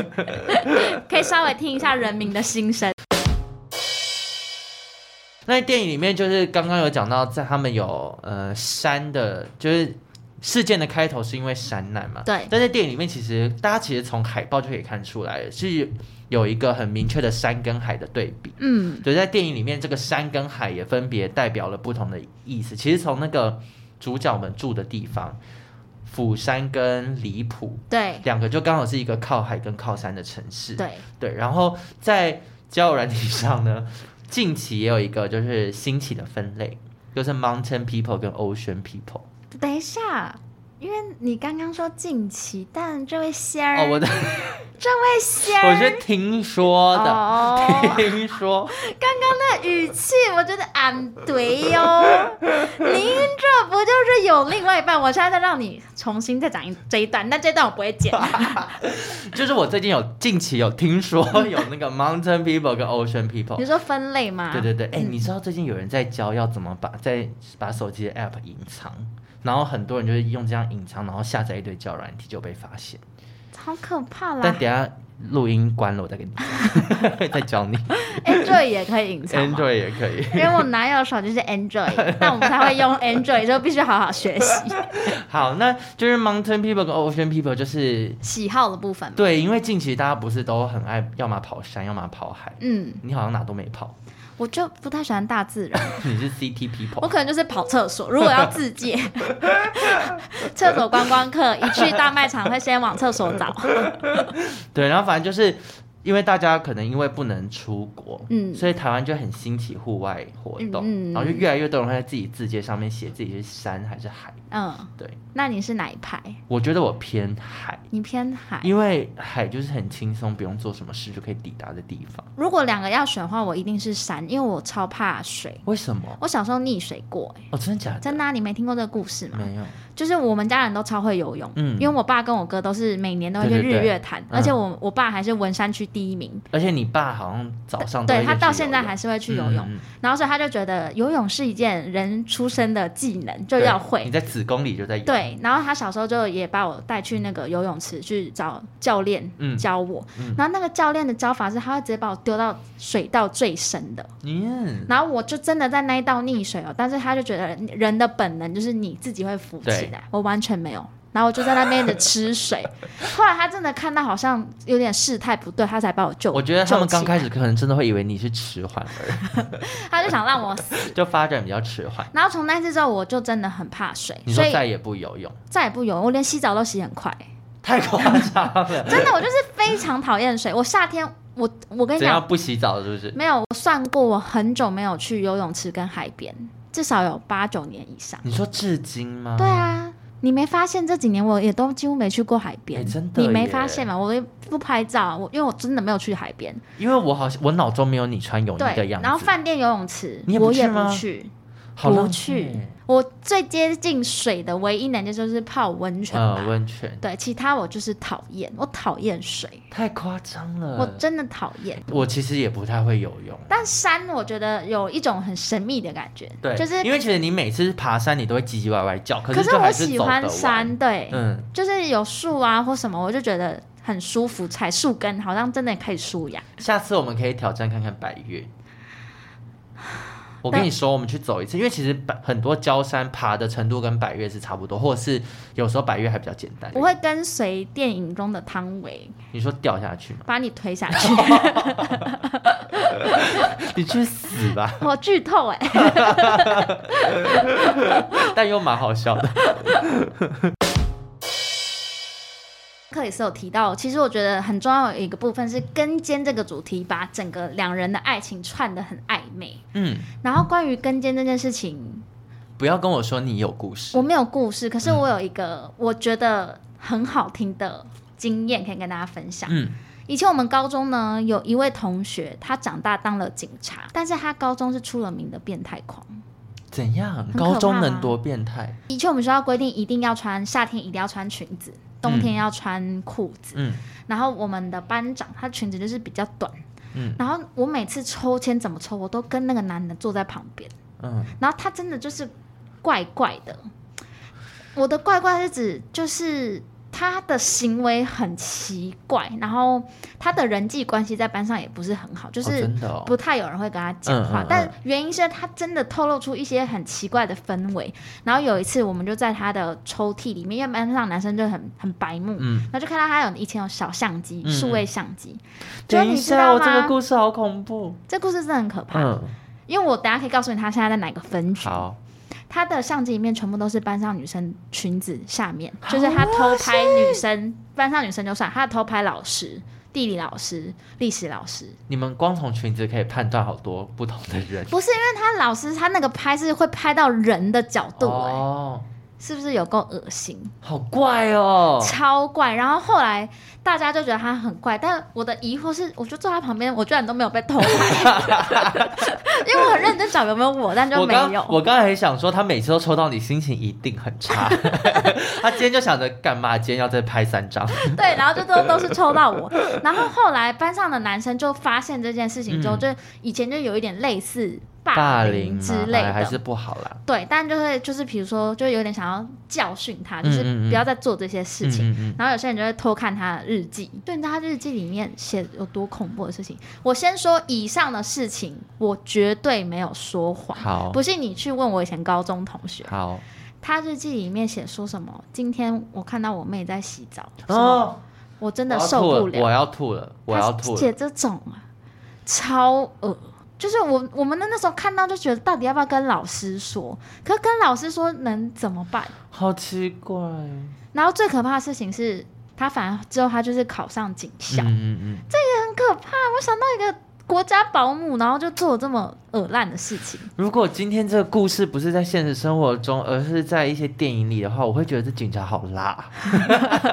A: 可以稍微听一下人民的心声。
B: 那电影里面就是刚刚有讲到，在他们有呃山的，就是事件的开头是因为山难嘛。
A: 对
B: 但在电影里面，其实大家其实从海报就可以看出来，是有一个很明确的山跟海的对比。
A: 嗯，
B: 对，在电影里面，这个山跟海也分别代表了不同的意思。其实从那个主角们住的地方，釜山跟离浦
A: 对
B: 两个就刚好是一个靠海跟靠山的城市。
A: 对，
B: 对，然后在交友软体上呢，近期也有一个就是兴起的分类，就是 mountain people 跟 ocean people。
A: 等一下。因为你刚刚说近期，但这位仙儿，
B: 哦，我的，
A: 这位仙儿，
B: [LAUGHS] 我是听说的，
A: 哦，
B: [LAUGHS] 听说。
A: 刚刚那语气，我觉得俺对哟。您这不就是有另外一半？我现在再让你重新再讲一这一段，但这段我不会
B: [LAUGHS]
A: 剪。
B: 就是我最近有近期有听说有那个 mountain people 跟 ocean people，
A: 你说分类吗？
B: 对对对，哎、
A: 嗯
B: 你知道最近有人在教要怎么把在把手机的 app 隐藏，然后很多人就是用这样隐藏，然后下载一堆交友软体就被发现。
A: 好可怕
B: 但
A: 啦！
B: 等一下录音关了，我再跟你讲， [LAUGHS] 再教你。
A: Android 也可以隐藏吗
B: Android 也可以。
A: 因为我拿有手机是
B: [LAUGHS]
A: Android，但我们才会用 Android，就必须好好学习
B: 好，那就是 mountain people 跟 ocean people，就是
A: 喜好的部分嘛。
B: 对，因为近期大家不是都很爱，要么跑山，要么跑海。
A: 嗯，
B: 你好像哪都没跑，
A: 我就不太喜欢大自然，
B: 你是 CT
A: 我
B: people。
A: 可能就是跑厕所。如果要自
B: [LAUGHS]
A: 介，厕所观光客一去大卖场会先往厕所
B: [LAUGHS]
A: 找。
B: 对，然后反正就是因为大家可能因为不能出国，
A: 嗯
B: 所以台湾就很兴起户外活
A: 嗯嗯
B: 动，
A: 嗯
B: 然后就越来越多人会在自己字界上面写自己是山还是海。
A: 嗯，
B: 对，
A: 那你是哪一派？
B: 我觉得我偏海。
A: 你偏海。
B: 因为海就是很轻松，不用做什么事就可以抵达的地方。
A: 如果两个要选的话，我一定是山，因为我超怕水。
B: 为什么？
A: 我小时候溺水过、欸，
B: 哦，真的假的？
A: 真的啊、你没听过这个故事吗？
B: 没有。
A: 就是我们家人都超会游泳，
B: 嗯
A: 因为我爸跟我哥都是每年都会去
B: 对对对
A: 日月潭，
B: 嗯
A: 而且我我爸还是文山区第一名，
B: 而且你爸好像早上都
A: 呃对
B: 会
A: 他
B: 去
A: 到
B: 游
A: 现在
B: 泳
A: 还是会去游泳，
B: 嗯嗯嗯
A: 然后所以他就觉得游泳是一件人出生的技能，就
B: 对
A: 要
B: 你
A: 会。
B: 在子宫里就在游，
A: 对，然后他小时候就也把我带去那个游泳池去找教练
B: 嗯
A: 教我，
B: 嗯
A: 然后那个教练的教法是他会直接把我丢到水道最深的，
B: 嗯，
A: 然后我就真的在那一道溺水哦，但是他就觉得人的本能就是你自己会浮起来，我完全没有。然后我就在那边一直吃
B: [LAUGHS]
A: 水，后来他真的看到好像有点事态不对，他才把我救。
B: 我觉得他们
A: 救
B: 刚
A: 起
B: 开
A: 来
B: 始可能真的会以为你是迟缓儿，
A: 他就想让我死。
B: 就发展比较迟缓。
A: 然后从那次之后，我就真的很怕水，
B: 你
A: 所
B: 说
A: 以
B: 再也不游泳，
A: 再也不游，我连洗澡都洗很快。
B: 太夸张 [LAUGHS] 了。
A: 真的，我就是非常讨厌水。我夏天，我我跟你
B: 怎
A: 讲，
B: 样不洗澡是不是？
A: 没有，我算过，我很久没有去游泳池跟海边，至少有八九年以上。
B: 你说至今吗？
A: 对，啊，你没发现这几年我也都几乎没去过海边，
B: 哎真的
A: 你没
B: 耶
A: 发现吗？我也不拍照，我因为我真的没有去海边。
B: 因为我好像我脑中没有哦你穿泳衣的
A: 对，
B: 样子。
A: 然后饭店游泳池
B: 你也不
A: 我也
B: 去吗
A: 不去，
B: 好
A: 不
B: 浪费
A: 去，我最接近水的唯一能力就是泡温泉吧。
B: 呃，温泉
A: 对，其他我就是讨厌，我讨厌水，
B: 太夸张了。
A: 我真的讨厌。
B: 我其实也不太会游泳。
A: 但山，我觉得有一种很神秘的感觉，
B: 对，
A: 就是
B: 因为其实你每次爬山，你都会唧唧歪歪叫，可
A: 可
B: 就还
A: 我
B: 是
A: 喜
B: 走得
A: 欢
B: 完。
A: 山，对，
B: 嗯，
A: 就是有树啊或什么，我就觉得很舒服，踩树根好像真的可以舒压。
B: 下次我们可以挑战看看百越。我跟你说，我们去走一次，因为其实百很多焦山爬的程度跟百越是差不多，或者是有时候百越还比较简单。
A: 我会跟随电影中的汤唯
B: 你说掉下去吗？
A: 把你推下去，
B: 你去死吧！ [LAUGHS]
A: 我剧透哎、
B: 但又蛮好笑的。
A: 克里斯有提到，其实我觉得很重要的一个部分是跟监这个主题，把整个两人的爱情串的很暧昧。
B: 嗯，
A: 然后关于跟监这件事情，
B: 不要跟我说你有故事
A: 我，没有故事，可是我有一个我觉得很好听的经验可以跟大家分享。
B: 嗯，
A: 以前我们高中呢，有一位同学，他长大当了警察，但是他高中是出了名的变态狂。
B: 怎样？
A: 可怕
B: 高中
A: 啊
B: 能多变态？
A: 以前我们学校规定，一定要穿夏天一定要穿裙子，冬天要穿裤子。
B: 嗯
A: 然后我们的班长他裙子就是比较短，
B: 嗯
A: 然后我每次抽签怎么抽，我都跟那个男的坐在旁边，
B: 嗯，
A: 然后他真的就是怪怪的。我的怪怪是指就是他的行为很奇怪，然后他的人际关系在班上也不是很好，就
B: 就是真的哦，
A: 不太有人会跟他讲话，
B: 嗯嗯嗯
A: 但原因是他真的透露出一些很奇怪的氛围。然后有一次，我们就在他的抽屉里面，因为班上男生就很很白目，
B: 嗯，
A: 然后就看到他有以前有小相机，
B: 嗯嗯
A: 数位相机。就
B: 等一
A: 你知
B: 下，
A: 道
B: 我这个
A: 吗？
B: 故事好恐怖。
A: 这故事真的很可怕，
B: 嗯，
A: 因为我等一下可以告诉你他现在在哪个分局。
B: 好，
A: 他的相机里面全部都是班上女生裙子下面，就是他偷拍女生，班上女生就算，他偷拍老师、地理老师、历史老师，
B: 你们光从裙子可以判断好多不同的人。
A: 不是因为他老师他那个拍是会拍到人的角度、欸，
B: 哦，
A: 是不是有够恶心？
B: 好怪哦。
A: 超怪。然后后来大家就觉得他很怪，但我的疑惑是，我就坐他旁边，我居然都没有被偷拍，
B: [LAUGHS]
A: 因为我很认真找有没有我，但 [LAUGHS] 就
B: 我
A: 没
B: 刚
A: 有。
B: 我刚才还想说，他每次都抽到你，心情一定很差。 [LAUGHS] 他今天就想着干嘛？今天要再拍三张。
A: 对，然后就都都是抽到我。然后后来班上的男生就发现这件事情之后，
B: 嗯
A: 就以前就有一点类似
B: 霸
A: 霸
B: 凌
A: 凌
B: 嘛
A: 之类
B: 哎还
A: 的
B: 是。不好啦。
A: 对，但就会就是比如说，就有点想要教训他，就
B: 嗯嗯嗯
A: 是不要再做这些事情。
B: 嗯嗯嗯
A: 然后有些人就会偷看他的日记，对，你知道他日记里面写有多恐怖的事情。我先说以上的事情，我绝对没有说谎，
B: 好
A: 不信你去问我以前高中同学，
B: 嗯好
A: 他日记里面写说什么？今天我看到我妹在洗澡，哦，
B: 哦，
A: 我真
B: 真
A: 的受不
B: 我
A: 了，
B: 要吐了，我要吐
A: 他
B: 了。
A: 写这种啊，超恶。就是我我们的那时候看到就觉得，到底要不要跟老师说？可是跟老师说能怎么办？
B: 好奇怪。
A: 然后最可怕的事情是，他反而之后他就是考上警校。
B: 嗯嗯嗯。
A: 很可怕。我想到一个国家保姆，然后就做这么恶烂的事情。
B: 如果今天这个故事不是在现实生活中，而是在一些电影里的话，我会觉得这警察好辣。
A: 嗯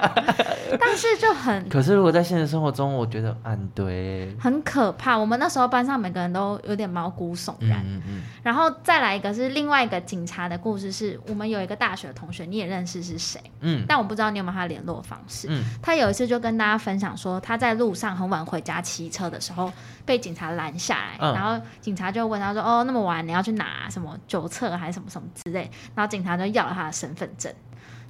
A: 但是就很
B: 可是如果在现实生活中，我觉得嗯对。
A: 很可怕。我们那时候班上每个人都有点毛骨悚
B: 嗯
A: 然。
B: 嗯嗯。
A: 然后再来一个是另外一个警察的故事是，我们有一个大学同学，你也认识是谁，
B: 嗯
A: 但我不知道你有没有他的联络方式。
B: 嗯
A: 他有一次就跟大家分享说，他在路上很晚回家骑车的时候被警察拦下来，
B: 嗯
A: 然后警察就问他说：“哦，那么晚你要去拿什么酒测还是什么什么之类？”然后警察就要了他的身份证。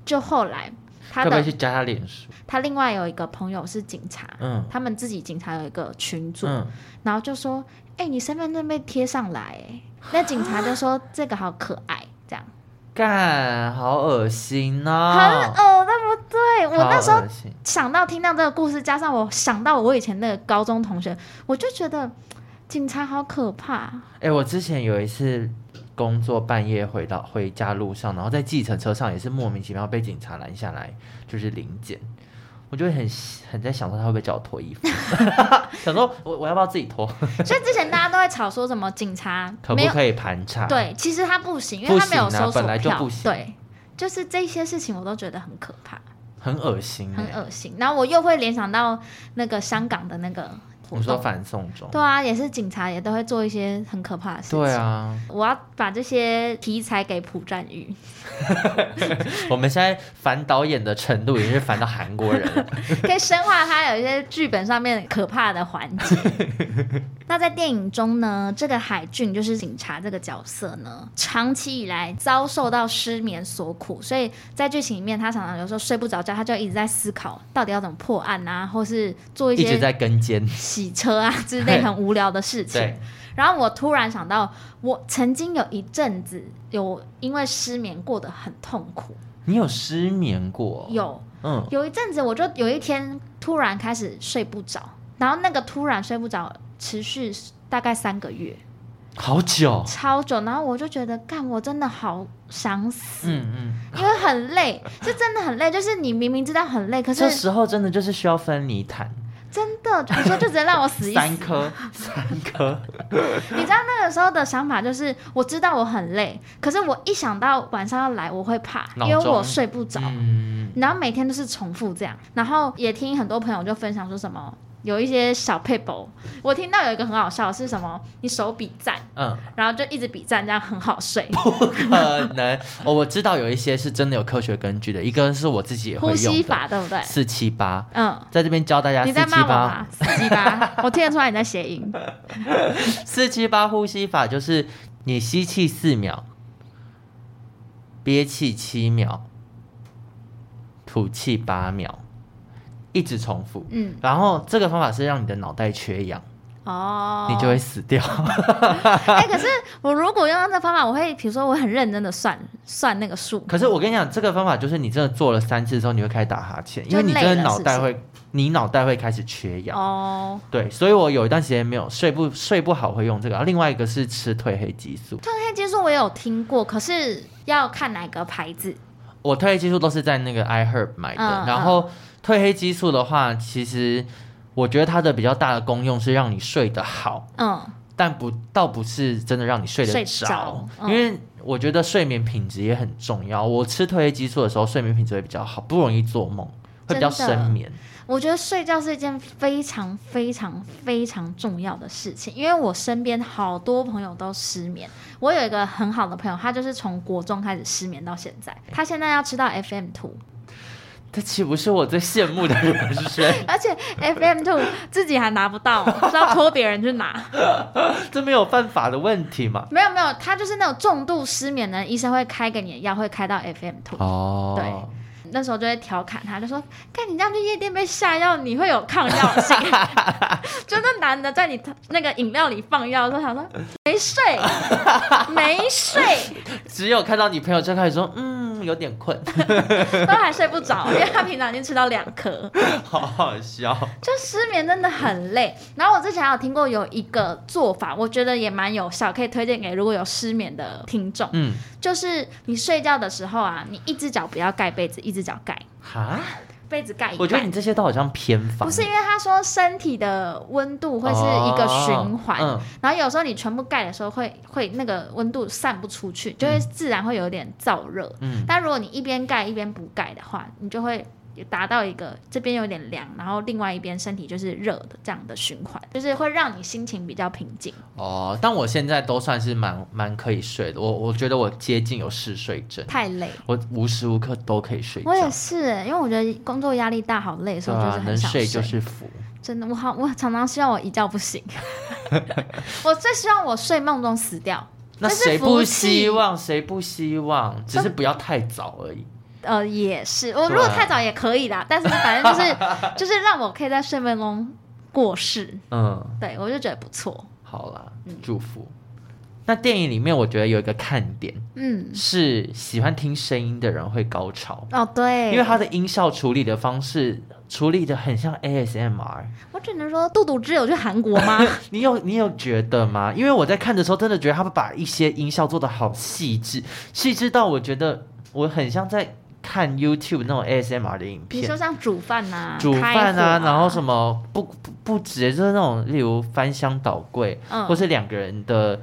A: 就后来他
B: 会不会
A: 的
B: 去加他脸书？
A: 他另外有一个朋友是警察，
B: 嗯
A: 他们自己警察有一个群组，
B: 嗯，
A: 然后就说：“哎、你身份证被贴上来、哎，那警察就说：“这个好可爱。”这样
B: 干，好恶心
A: 很
B: 哦！
A: 恶，那不对。我那时候
B: 好恶心
A: 想到听到这个故事，加上我想到我以前那个高中同学，我就觉得警察好可怕。 [LAUGHS]
B: 哎、我之前有一次工作半夜回到回家路上，然后在计程车上也是莫名其妙被警察拦下来，就是临检，我就会很很在想说他会不会叫我脱衣服， [LAUGHS] 想说我我要不要自己脱，
A: 所以之前大家都在吵说什么警察
B: 可
A: 没
B: 不
A: 有
B: 可以盘查？，
A: 对，其实他不行，因为他没有
B: 不行啊
A: 搜索票，
B: 本来就不行
A: 对。就是这些事情，我都觉得很可怕，
B: 很恶心、
A: 很
B: 欸。
A: 恶心。然后我又会联想到那个香港的那个活
B: 你说
A: 动，
B: 反送中？
A: 对啊，也是警察也都会做一些很可怕的事情。[LAUGHS]
B: 对，啊，
A: 我要把这些题材给朴赞玉，
B: 我们现在烦导演的程度已经是烦到韩国人了。
A: 可以深化它有一些剧本上面可怕的环节。那在电影中呢，这个海俊就是警察这个角色呢，长期以来遭受到失眠所苦，所以在剧情里面，他常常有时候睡不着觉，他就一直在思考到底要怎么破案啊，或是做一
B: 一直
A: 些
B: 在跟监，
A: 洗车啊之类很无聊的事情。
B: 对，
A: 然后我突然想到，我曾经有一阵子有因为失眠过得很痛苦，
B: 你有失眠过？，
A: 有
B: 嗯，
A: 有一阵子，我就有一天突然开始睡不着，然后那个突然睡不着持续大概三个月，
B: 好久，
A: 超久，然后我就觉得干，我真的好想死，
B: 嗯嗯，
A: 因为很累， [LAUGHS] 是真的很累，就是你明明知道很累，可
B: 这
A: 是
B: 时候真的就是需要分离弹，
A: 真的，你说就直接让我死一死，
B: 三颗三颗，
A: [LAUGHS] 你知道那个时候的想法就是，我知道我很累，可是我一想到晚上要来，我会怕，
B: 闹
A: 因
B: 钟
A: 为我睡不着。
B: 嗯，
A: 然后每天都是重复这样，然后也听很多朋友就分享说什么有一些小配博，我听到有一个很好笑的是什么，你手比赞，
B: 嗯，
A: 然后就一直比赞，这样很好睡，
B: [LAUGHS] 不可嗯能。哦，我知道有一些是真的有科学根据的，一个是我自己也
A: 呼
B: 会用
A: 吸
B: 的，
A: 法对不对？
B: [LAUGHS] 四七八，
A: 嗯，
B: 在这边教大家
A: 你
B: 四
A: 在
B: 七
A: 骂我
B: 八
A: 吗？四七八，我听得出来你在谐音。
B: 四七八呼吸法就是你吸气四秒，憋气七秒，吐气八秒，一直重复。
A: 嗯，
B: 然后这个方法是让你的脑袋缺氧，
A: 哦，
B: 你就会死
A: [LAUGHS]
B: 掉。
A: 哎、可是我如果用到这方法，我会比如说我很认真的算算那个数，
B: 可是我跟你讲，这个方法就是你真的做了三次之后，你会开始打哈欠，因为你
A: 就累
B: 真的
A: 了
B: 脑袋
A: 是不
B: 会，你脑袋会开始缺氧。
A: 哦，
B: 对，所以我有一段时间没有睡不睡不好会用这个，然后另外一个是吃褪黑激素。
A: 褪黑激素我也有听过，可是要看哪个牌子。
B: 我褪黑激素都是在那个 iHerb 买的，
A: 嗯
B: 然后褪黑激素的话，其实我觉得它的比较大的功用是让你睡得好，
A: 嗯，
B: 但不倒不是真的让你睡得
A: 睡
B: 着，
A: 着嗯
B: 因为我觉得睡眠品质也很重要。我吃褪黑激素的时候，睡眠品质会比较好，不容易做梦，会比较
A: 真的
B: 深眠。
A: 我觉得睡觉是一件非常非常非常重要的事情，因为我身边好多朋友都失眠。我有一个很好的朋友，他就是从国中开始失眠到现在，他现在要吃到 FM two，
B: 这岂不是我最羡慕的人生？
A: 而且 FM two 自己还拿不到，是要托别人去拿。 [LAUGHS]
B: 这没有办法的问题嘛？
A: 没有没有，他就是那种重度失眠的人医生会开给你的药，会开到 FM two。
B: 哦，
A: 对那时候就会调侃他，就说：“看你这样去夜店被下药，你会有抗药性。”就那男的在你那个饮料里放药，就想说没睡，没睡，
B: 只有看到你朋友就开始说，嗯，有点困， [LAUGHS]
A: 都还睡不着，因为他平常已经吃到两颗，
B: 好好笑。
A: 就失眠真的很累。然后我之前还有听过有一个做法，我觉得也蛮有效，可以推荐给如果有失眠的听众， [LAUGHS]
B: 嗯，
A: 就是你睡觉的时候啊，你一只脚不要盖被子，一只脚盖
B: 哈，
A: 被子盖一半。
B: 我觉得你这些都好像偏方，
A: 哎不是因为他说身体的温度会是一个循环，
B: 哦
A: 然后有时候你全部盖的时候会会那个温度散不出去，就会自然会有点燥热。
B: 嗯
A: 但如果你一边盖一边不盖的话，你就会。达到一个这边有点凉，然后另外一边身体就是热的这样的循环，就是会让你心情比较平静。
B: 嗯哦，但我现在都算是蛮蛮可以睡的，我我觉得我接近有嗜睡症，
A: 太累，
B: 我无时无刻都可以睡觉
A: 我，也是欸、因为我觉得工作压力大，好累，所
B: 对
A: 以我就
B: 啊
A: 是，很
B: 能
A: 想
B: 睡就是福。
A: [LAUGHS] 真的，我好，我常常希望我一觉不醒， [LAUGHS] 我最希望我睡梦中死掉。
B: 那
A: 这是
B: 谁不
A: 福气
B: 希望？谁不希望？只是不要太早而已。
A: 呃，也是，我如
B: 对
A: 果
B: 啊
A: 太早也可以啦，但是反正就是就是让我可以在睡梦中过世，
B: 嗯，
A: 对我就觉得不错。
B: 好啦，
A: 嗯
B: 祝福。那电影里面，我觉得有一个看点
A: 嗯，
B: 是喜欢听声音的人会高潮，
A: 哦对，
B: 因为它的音效处理的方式处理的很像 ASMR。
A: 我只能说杜杜之有去韩国
B: [LAUGHS]
A: 吗？
B: 你有你有觉得吗？因为我在看的时候，真的觉得他们把一些音效做的好细致，细致到我觉得我很像在看 YouTube 那种 ASMR 的影
A: 你
B: 片
A: 说，像煮饭呐、
B: 煮
A: 开
B: 饭啊，
A: 火
B: 然后什么不不不止，就是那种例如翻箱倒柜，
A: 嗯
B: 或是两个人的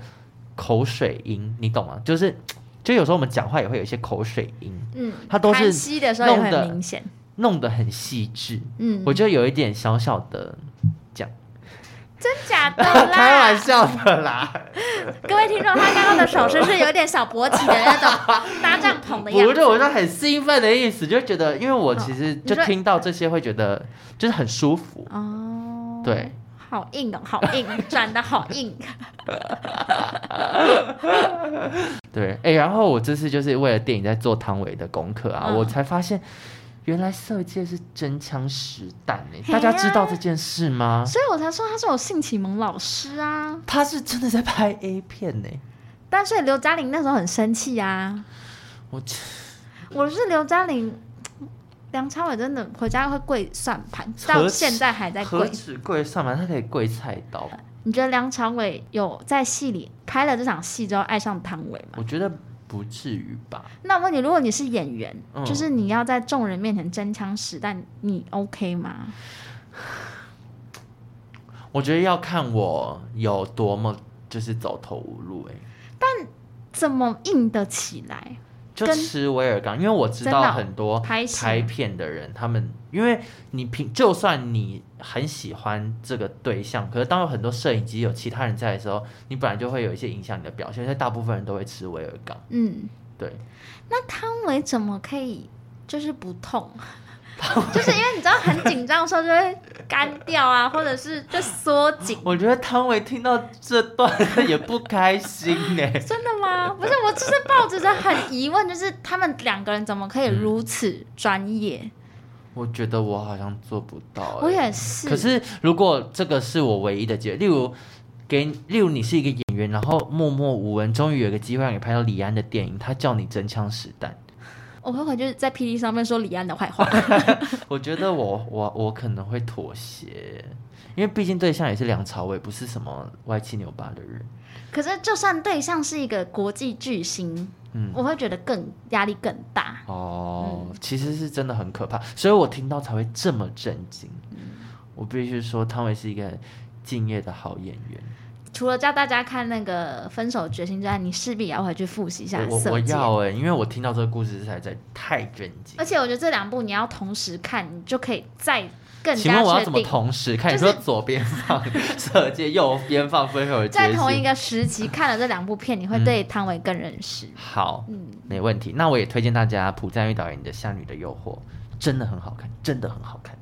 B: 口水音，你懂吗？就是就有时候我们讲话也会有一些口水音，
A: 嗯，
B: 它都是
A: 韩吸的时候也
B: 弄得
A: 很明显，
B: 弄得很细致，
A: 嗯，
B: 我就有一点小小的讲，
A: 真假
B: [LAUGHS]
A: 的
B: 开玩
A: 啦，
B: 笑的啦。
A: 各位听众，他刚刚的手势是有点小勃起的那种搭帐篷的样
B: 不
A: 子，
B: 是，我是很兴奋的意思，就觉得，因为我其实
A: 哦你
B: 就
A: 说
B: 听到这些会觉得就是很舒服，
A: 哦，
B: 对，
A: 好硬哦，好硬， [LAUGHS] 转的好硬，
B: 对，哎、然后我这次就是为了电影在做汤唯的功课啊，
A: 嗯
B: 我才发现原来色戒是真枪实弹哎、
A: 嘿
B: 大
A: 呀
B: 家知道这件事吗？
A: 所以我才说他是我性启蒙老师啊。
B: 他是真的在拍 A 片呢、欸
A: 但是刘嘉玲那时候很生气啊，
B: 我
A: 我是刘嘉玲，梁朝伟真的回家会跪算盘，到现在还在
B: 何
A: 跪。
B: 止跪算盘，他可以跪菜刀，
A: 你觉得梁朝伟有在戏里拍了这场戏之后爱上汤唯吗？
B: 我觉得不至于吧。
A: 那我问你，如果你是演员，
B: 嗯
A: 就是你要在众人面前真枪实弹，你 OK 吗？
B: 我觉得要看我有多么就是走投无路哎、
A: 怎么硬得起来？
B: 就
A: 跟
B: 吃威尔刚，因为我知
A: 真的
B: 道
A: 哦
B: 很多
A: 拍戏
B: 拍片的人，他们因为你平就算你很喜欢这个对象，可是当有很多摄影机有其他人在的时候，你本来就会有一些影响你的表现，所以大部分人都会吃威尔刚。
A: 嗯，
B: 对，
A: 那汤唯怎么可以就是不痛？ [LAUGHS] 就是因为你知道很紧张的时候就会干掉啊，或者是就缩紧。
B: 我觉得汤唯听到这段 [LAUGHS] 也不开心欸呢、
A: 真的吗？不是，我就是抱着着很疑问，就是他们两个人怎么可以如此专业？
B: [LAUGHS] 我觉得我好像做不到、欸。
A: 我也是。
B: 可是如果这个是我唯一的解，例如给，例如你是一个演员，然后默默无闻，终于有一个机会让你拍到李安的电影，他叫你真枪实 [LAUGHS] 弹，
A: 我会回去在 P D 上面说李安的坏
B: [LAUGHS]
A: 话。
B: 我觉得我我我可能会妥协，因为毕竟对象也是梁朝伟，不是什么歪七扭八的人。
A: 可是就算对象是一个国际巨星，
B: 嗯
A: 我会觉得更压力更大。
B: 哦，其实是真的很可怕，所以我听到才会这么震惊。我必须说，汤唯是一个敬业的好演员。
A: 除了教大家看那个《分手决心》之外，你势必也要回去复习一下
B: 我我
A: 色
B: 我
A: 戒。
B: 要哎、因为我听到这个故事实在在太震惊
A: 而。且我觉得这两部你要同时看，你就可以再更
B: 请问
A: 加
B: 我要
A: 确
B: 怎么
A: 定。
B: 同时看？你
A: 就是
B: 说左边放 [LAUGHS] 射箭，右边放分手的决
A: 在同一
B: 心。
A: 个时期看了这两部片，你会对汤唯更认识。
B: 好，
A: 嗯
B: 没问题。那我也推荐大家朴赞玉导演的《夏女的诱惑》，真的很好看，真的很好看。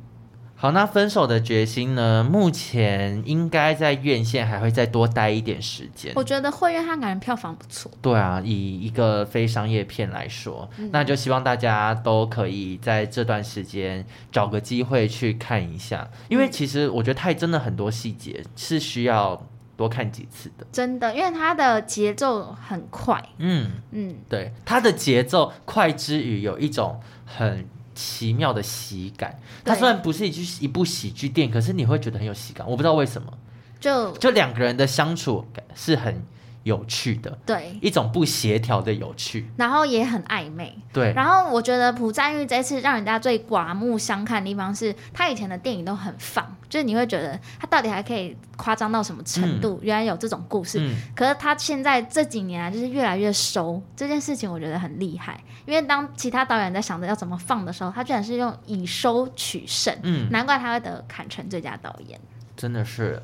B: 好，那分手的决心呢？目前应该在院线还会再多待一点时间。
A: 我觉得《会约翰》感人票房不错。
B: 对啊，以一个非商业片来说，
A: 嗯
B: 那就希望大家都可以在这段时间找个机会去看一下，因
A: 嗯
B: 为其实我觉得太真的很多细节是需要多看几次的。
A: 真的，因为它的节奏很快，
B: 嗯，
A: 嗯，
B: 对，它的节奏快之余有一种很奇妙的喜感。它
A: 对
B: 虽然不是一句一部喜剧电影，可是你会觉得很有喜感，我不知道为什么。
A: 就
B: 就两个人的相处感是很有趣的，
A: 对，
B: 一种不协调的有趣。
A: 然后也很暧昧。
B: 对，
A: 然后我觉得朴赞玉这次让人家最刮目相看的地方是，他以前的电影都很放，就是你会觉得他到底还可以夸张到什么程度？原来有这种故事，
B: 嗯。
A: 可是他现在这几年啊，就是越来越熟这件事情，我觉得很厉害。因为当其他导演在想着要怎么放的时候，他居然是用以收取胜，
B: 嗯
A: 难怪他会得坎城最佳导演，
B: 真的是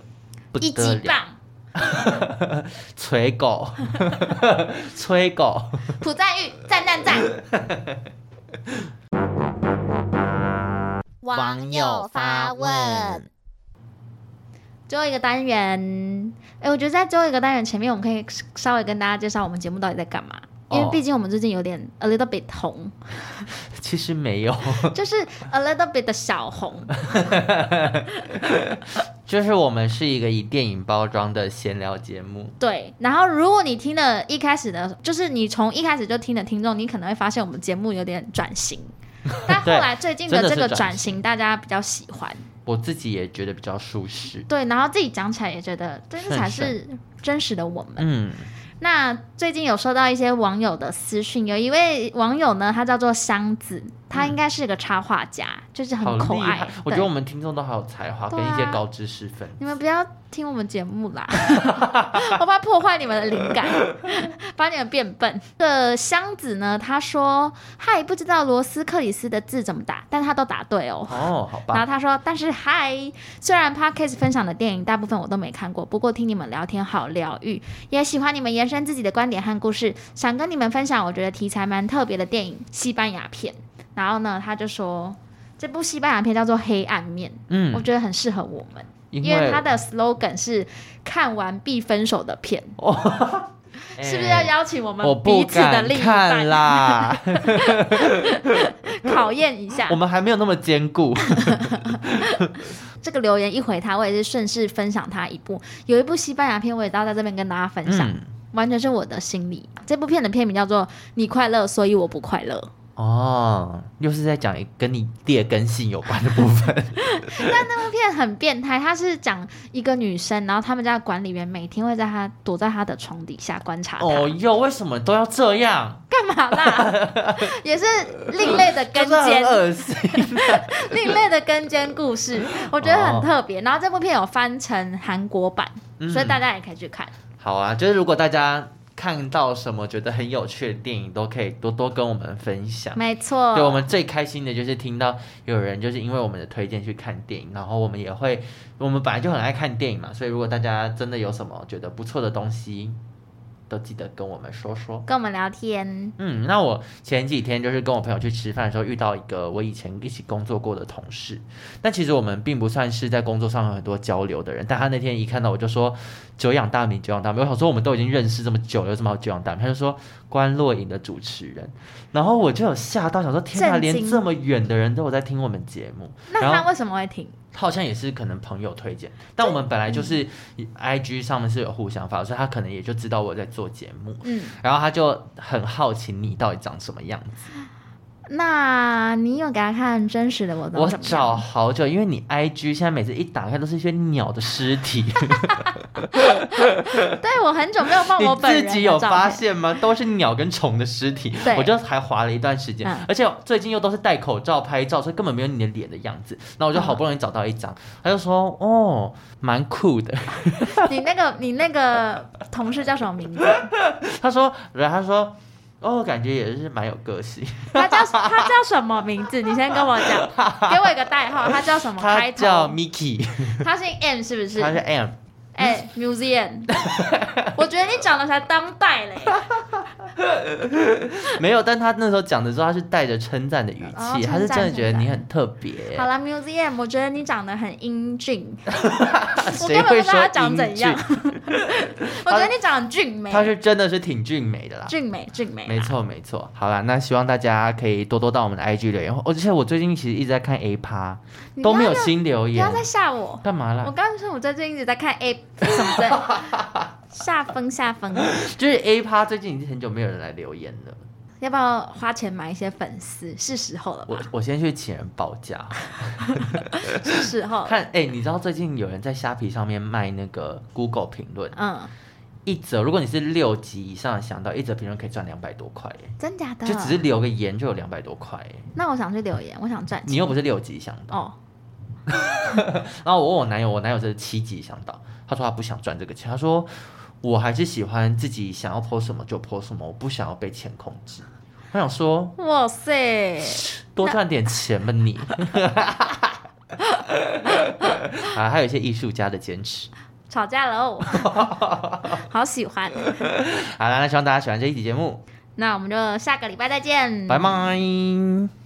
B: 不
A: 一
B: 得
A: 级
B: 了，
A: 棒。[LAUGHS]
B: 催狗，催狗。
A: 朴赞玉赞赞赞！
B: [LAUGHS]
C: 网友发问，
A: 最后一个单元，哎，我觉得在最后一个单元前面，我们可以稍微跟大家介绍我们节目到底在干嘛，因为
B: 哦
A: 毕竟我们最近有点 a little bit
B: [LAUGHS]
A: 红，
B: 其实没有， [LAUGHS]
A: 就是 a little bit 的小红，
B: 就是我们是一个以电影包装的闲聊节目。
A: 对，然后如果你听了一开始的，就是你从一开始就听的听众，你可能会发现我们节目有点转
B: [LAUGHS]
A: 型，但后
B: 对
A: 来最近的
B: 真的
A: 这
B: 是
A: 个
B: 转
A: 转型大家比较喜欢，
B: 我自己也觉得比较舒适。
A: 对，然后自己讲起来也觉得这
B: 顺
A: 才是真实的我们。
B: 嗯，
A: 那最近有收到一些网友的私讯，有一位网友呢，他叫做箱子，他应该是个插画家，就是很
B: 好
A: 可
B: 厉
A: 爱
B: 害。！我觉得
A: 对
B: 我们听众都好有才华，
A: 对
B: 跟
A: 啊
B: 一些高知识
A: [LAUGHS]
B: 分子。
A: 你们不要听我们节目啦， [LAUGHS] 我怕破坏你们的灵
B: [LAUGHS]
A: 感，把你们变笨。这个箱子呢，他说嗨，不知道罗斯克里斯的字怎么打，但他都答对哦。
B: 哦，好
A: 然后
B: 吧，
A: 他说：“但是嗨，虽然 podcast 分享的电影大部分我都没看过，不过听你们聊天好疗愈，也喜欢你们延伸自己的观点和故事，想跟你们分享我觉得题材蛮特别的电影——西班牙片。”然后呢，他就说这部西班牙片叫做《黑暗面》，我
B: 嗯，
A: 觉得很适合我们，
B: 因
A: 因为它的 slogan 是“看完必分手”的片，是不是要
B: 哎
A: 邀请我们
B: 我不
A: 彼此的
B: 敢
A: 另一
B: 看
A: 半 [LAUGHS]
B: 啦，
A: 考验一下
B: 我？们还没有那么坚
A: [LAUGHS]
B: 固。
A: 这个留言一回他，我也是顺势分享他一部，有一部西班牙片，我也到在这边跟大家分享，
B: 嗯，
A: 完全是我的心理。这部片的片名叫做《你快乐，所以我不快乐》。
B: 哦，又是在讲一跟你劣根性有关的部分。
A: 但那部片很变态，它是讲一个女生，然后他们家的管理员每天会在她躲在她的床底下观察她，
B: 哦哟，为什么都要这样？
A: 干嘛啦？
B: [LAUGHS]
A: 也是另类的
B: 就
A: 跟
B: 是很
A: 监，
B: 恶心。
A: [LAUGHS] 另类的跟监故事，我觉
B: 哦
A: 得很特别。然后这部片有翻成韩国版，
B: 嗯
A: 所以大家也可以去看。
B: 好啊，就是如果大家看到什么觉得很有趣的电影，都可以多多跟我们分享。
A: 没错，
B: 对我们最开心的就是听到有人就是因为我们的推荐去看电影，然后我们也会，我们本来就很爱看电影嘛，所以如果大家真的有什么觉得不错的东西，都记得跟我们说说。
A: 跟我们聊天，
B: 嗯，那我前几天就是跟我朋友去吃饭的时候，遇到一个我以前一起工作过的同事。但其实我们并不算是在工作上有很多交流的人，但他那天一看到我就说“久仰大名，久仰大名”。我想说我们都已经认识这么久了，有什么好久仰大名？他就说关洛影的主持人，然后我就有吓到，想说天哪，
A: 震
B: 连
A: 惊
B: 这么远的人都有在听我们节目。
A: 那
B: 然后
A: 他为什么会停？
B: 他好像也是可能朋友推荐，但我们本来就是
A: 嗯
B: I G 上面是有互相发，所以他可能也就知道我在做节目。
A: 嗯，
B: 然后他就很好奇你到底长什么样子。
A: 那你有给他看真实的我
B: 我
A: 长什么样
B: 找好久，因为你 IG 现在每次一打开都是一些鸟的尸
A: [LAUGHS]
B: 体，
A: 对我很久没有放
B: 你
A: 我本人
B: 自
A: 的
B: 己有
A: 照
B: 发
A: 片
B: 现吗？都是鸟跟虫的尸体
A: 对。
B: 我就还划了一段时间，
A: 嗯
B: 而且最近又都是戴口罩拍照，所以根本没有你的脸的样子。那我就好不容易找到一张，
A: 嗯
B: 他就说：“哦，蛮酷的。” [LAUGHS]
A: 你那个你那个同事叫什么名字？
B: 他说：“然后他说。”哦，感觉也是蛮有个性。
A: 他叫他叫什么名字？你先跟我讲，给我一个代号，他叫什么
B: 他
A: 开
B: 叫
A: 头？
B: Miki，
A: 他姓 M 是不是？
B: 他是 M，
A: 哎，Museum，我觉得你长得才当代嘞，
B: 没有，但他那时候讲的时候，他是带着称赞的语气，
A: 哦
B: 他是
A: 称赞
B: 真的觉得
A: 称赞
B: 你很特别。
A: 好啦 m u s e u m 我觉得你长得很英俊，我
B: 谁
A: 根本不
B: 会
A: 知道他
B: 说
A: 长怎
B: 英
A: 样 [LAUGHS]
B: 俊？。
A: 我觉得你长得俊美，
B: 他是真的是挺俊美的啦。
A: 俊美俊美啦，
B: 没错没错，好啦，那希望大家可以多多到我们的 IG 留言，哦而且我最近其实一直在看 A 趴，
A: 你不
B: 都
A: 要
B: 没有
A: 用
B: 新留
A: 不
B: 言
A: 要，再吓我。
B: 干嘛
A: 我
B: 啦？
A: 刚刚说我在最近一直在看 A 什么的，
B: [LAUGHS]
A: 下风下风，
B: 就是 A 趴最近已经很久没有人来留言了，
A: 要不要花钱买一些粉丝？是时候了吧
B: 我？我先去请人报价
A: 是时候了。
B: 看。哎、你知道最近有人在虾皮上面卖那个 Google 评论，
A: 嗯，
B: 一则如果你是六级以上的想到，一则评论可以赚两百多块、耶。
A: 真假的？
B: 就只是留个言就有两百多块欸，
A: 那我想去留言，我想赚
B: 你
A: 钱。
B: 又不是六级想到。
A: 哦，
B: 然后我问我男友，我男友是七级想到，他说他不想赚这个钱，他说我还是喜欢自己想要 po 什么就 po 什么，我不想要被钱控制。他想说
A: 哇塞，
B: 多赚点钱吧你。 [LAUGHS] 啊，还有一些艺术家的坚持。
A: 吵架了
B: [LAUGHS]
A: 哦，好喜欢。
B: 好啦，那希望大家喜欢这一期节目，
A: 嗯那我们就下个礼拜再见，
B: 拜拜。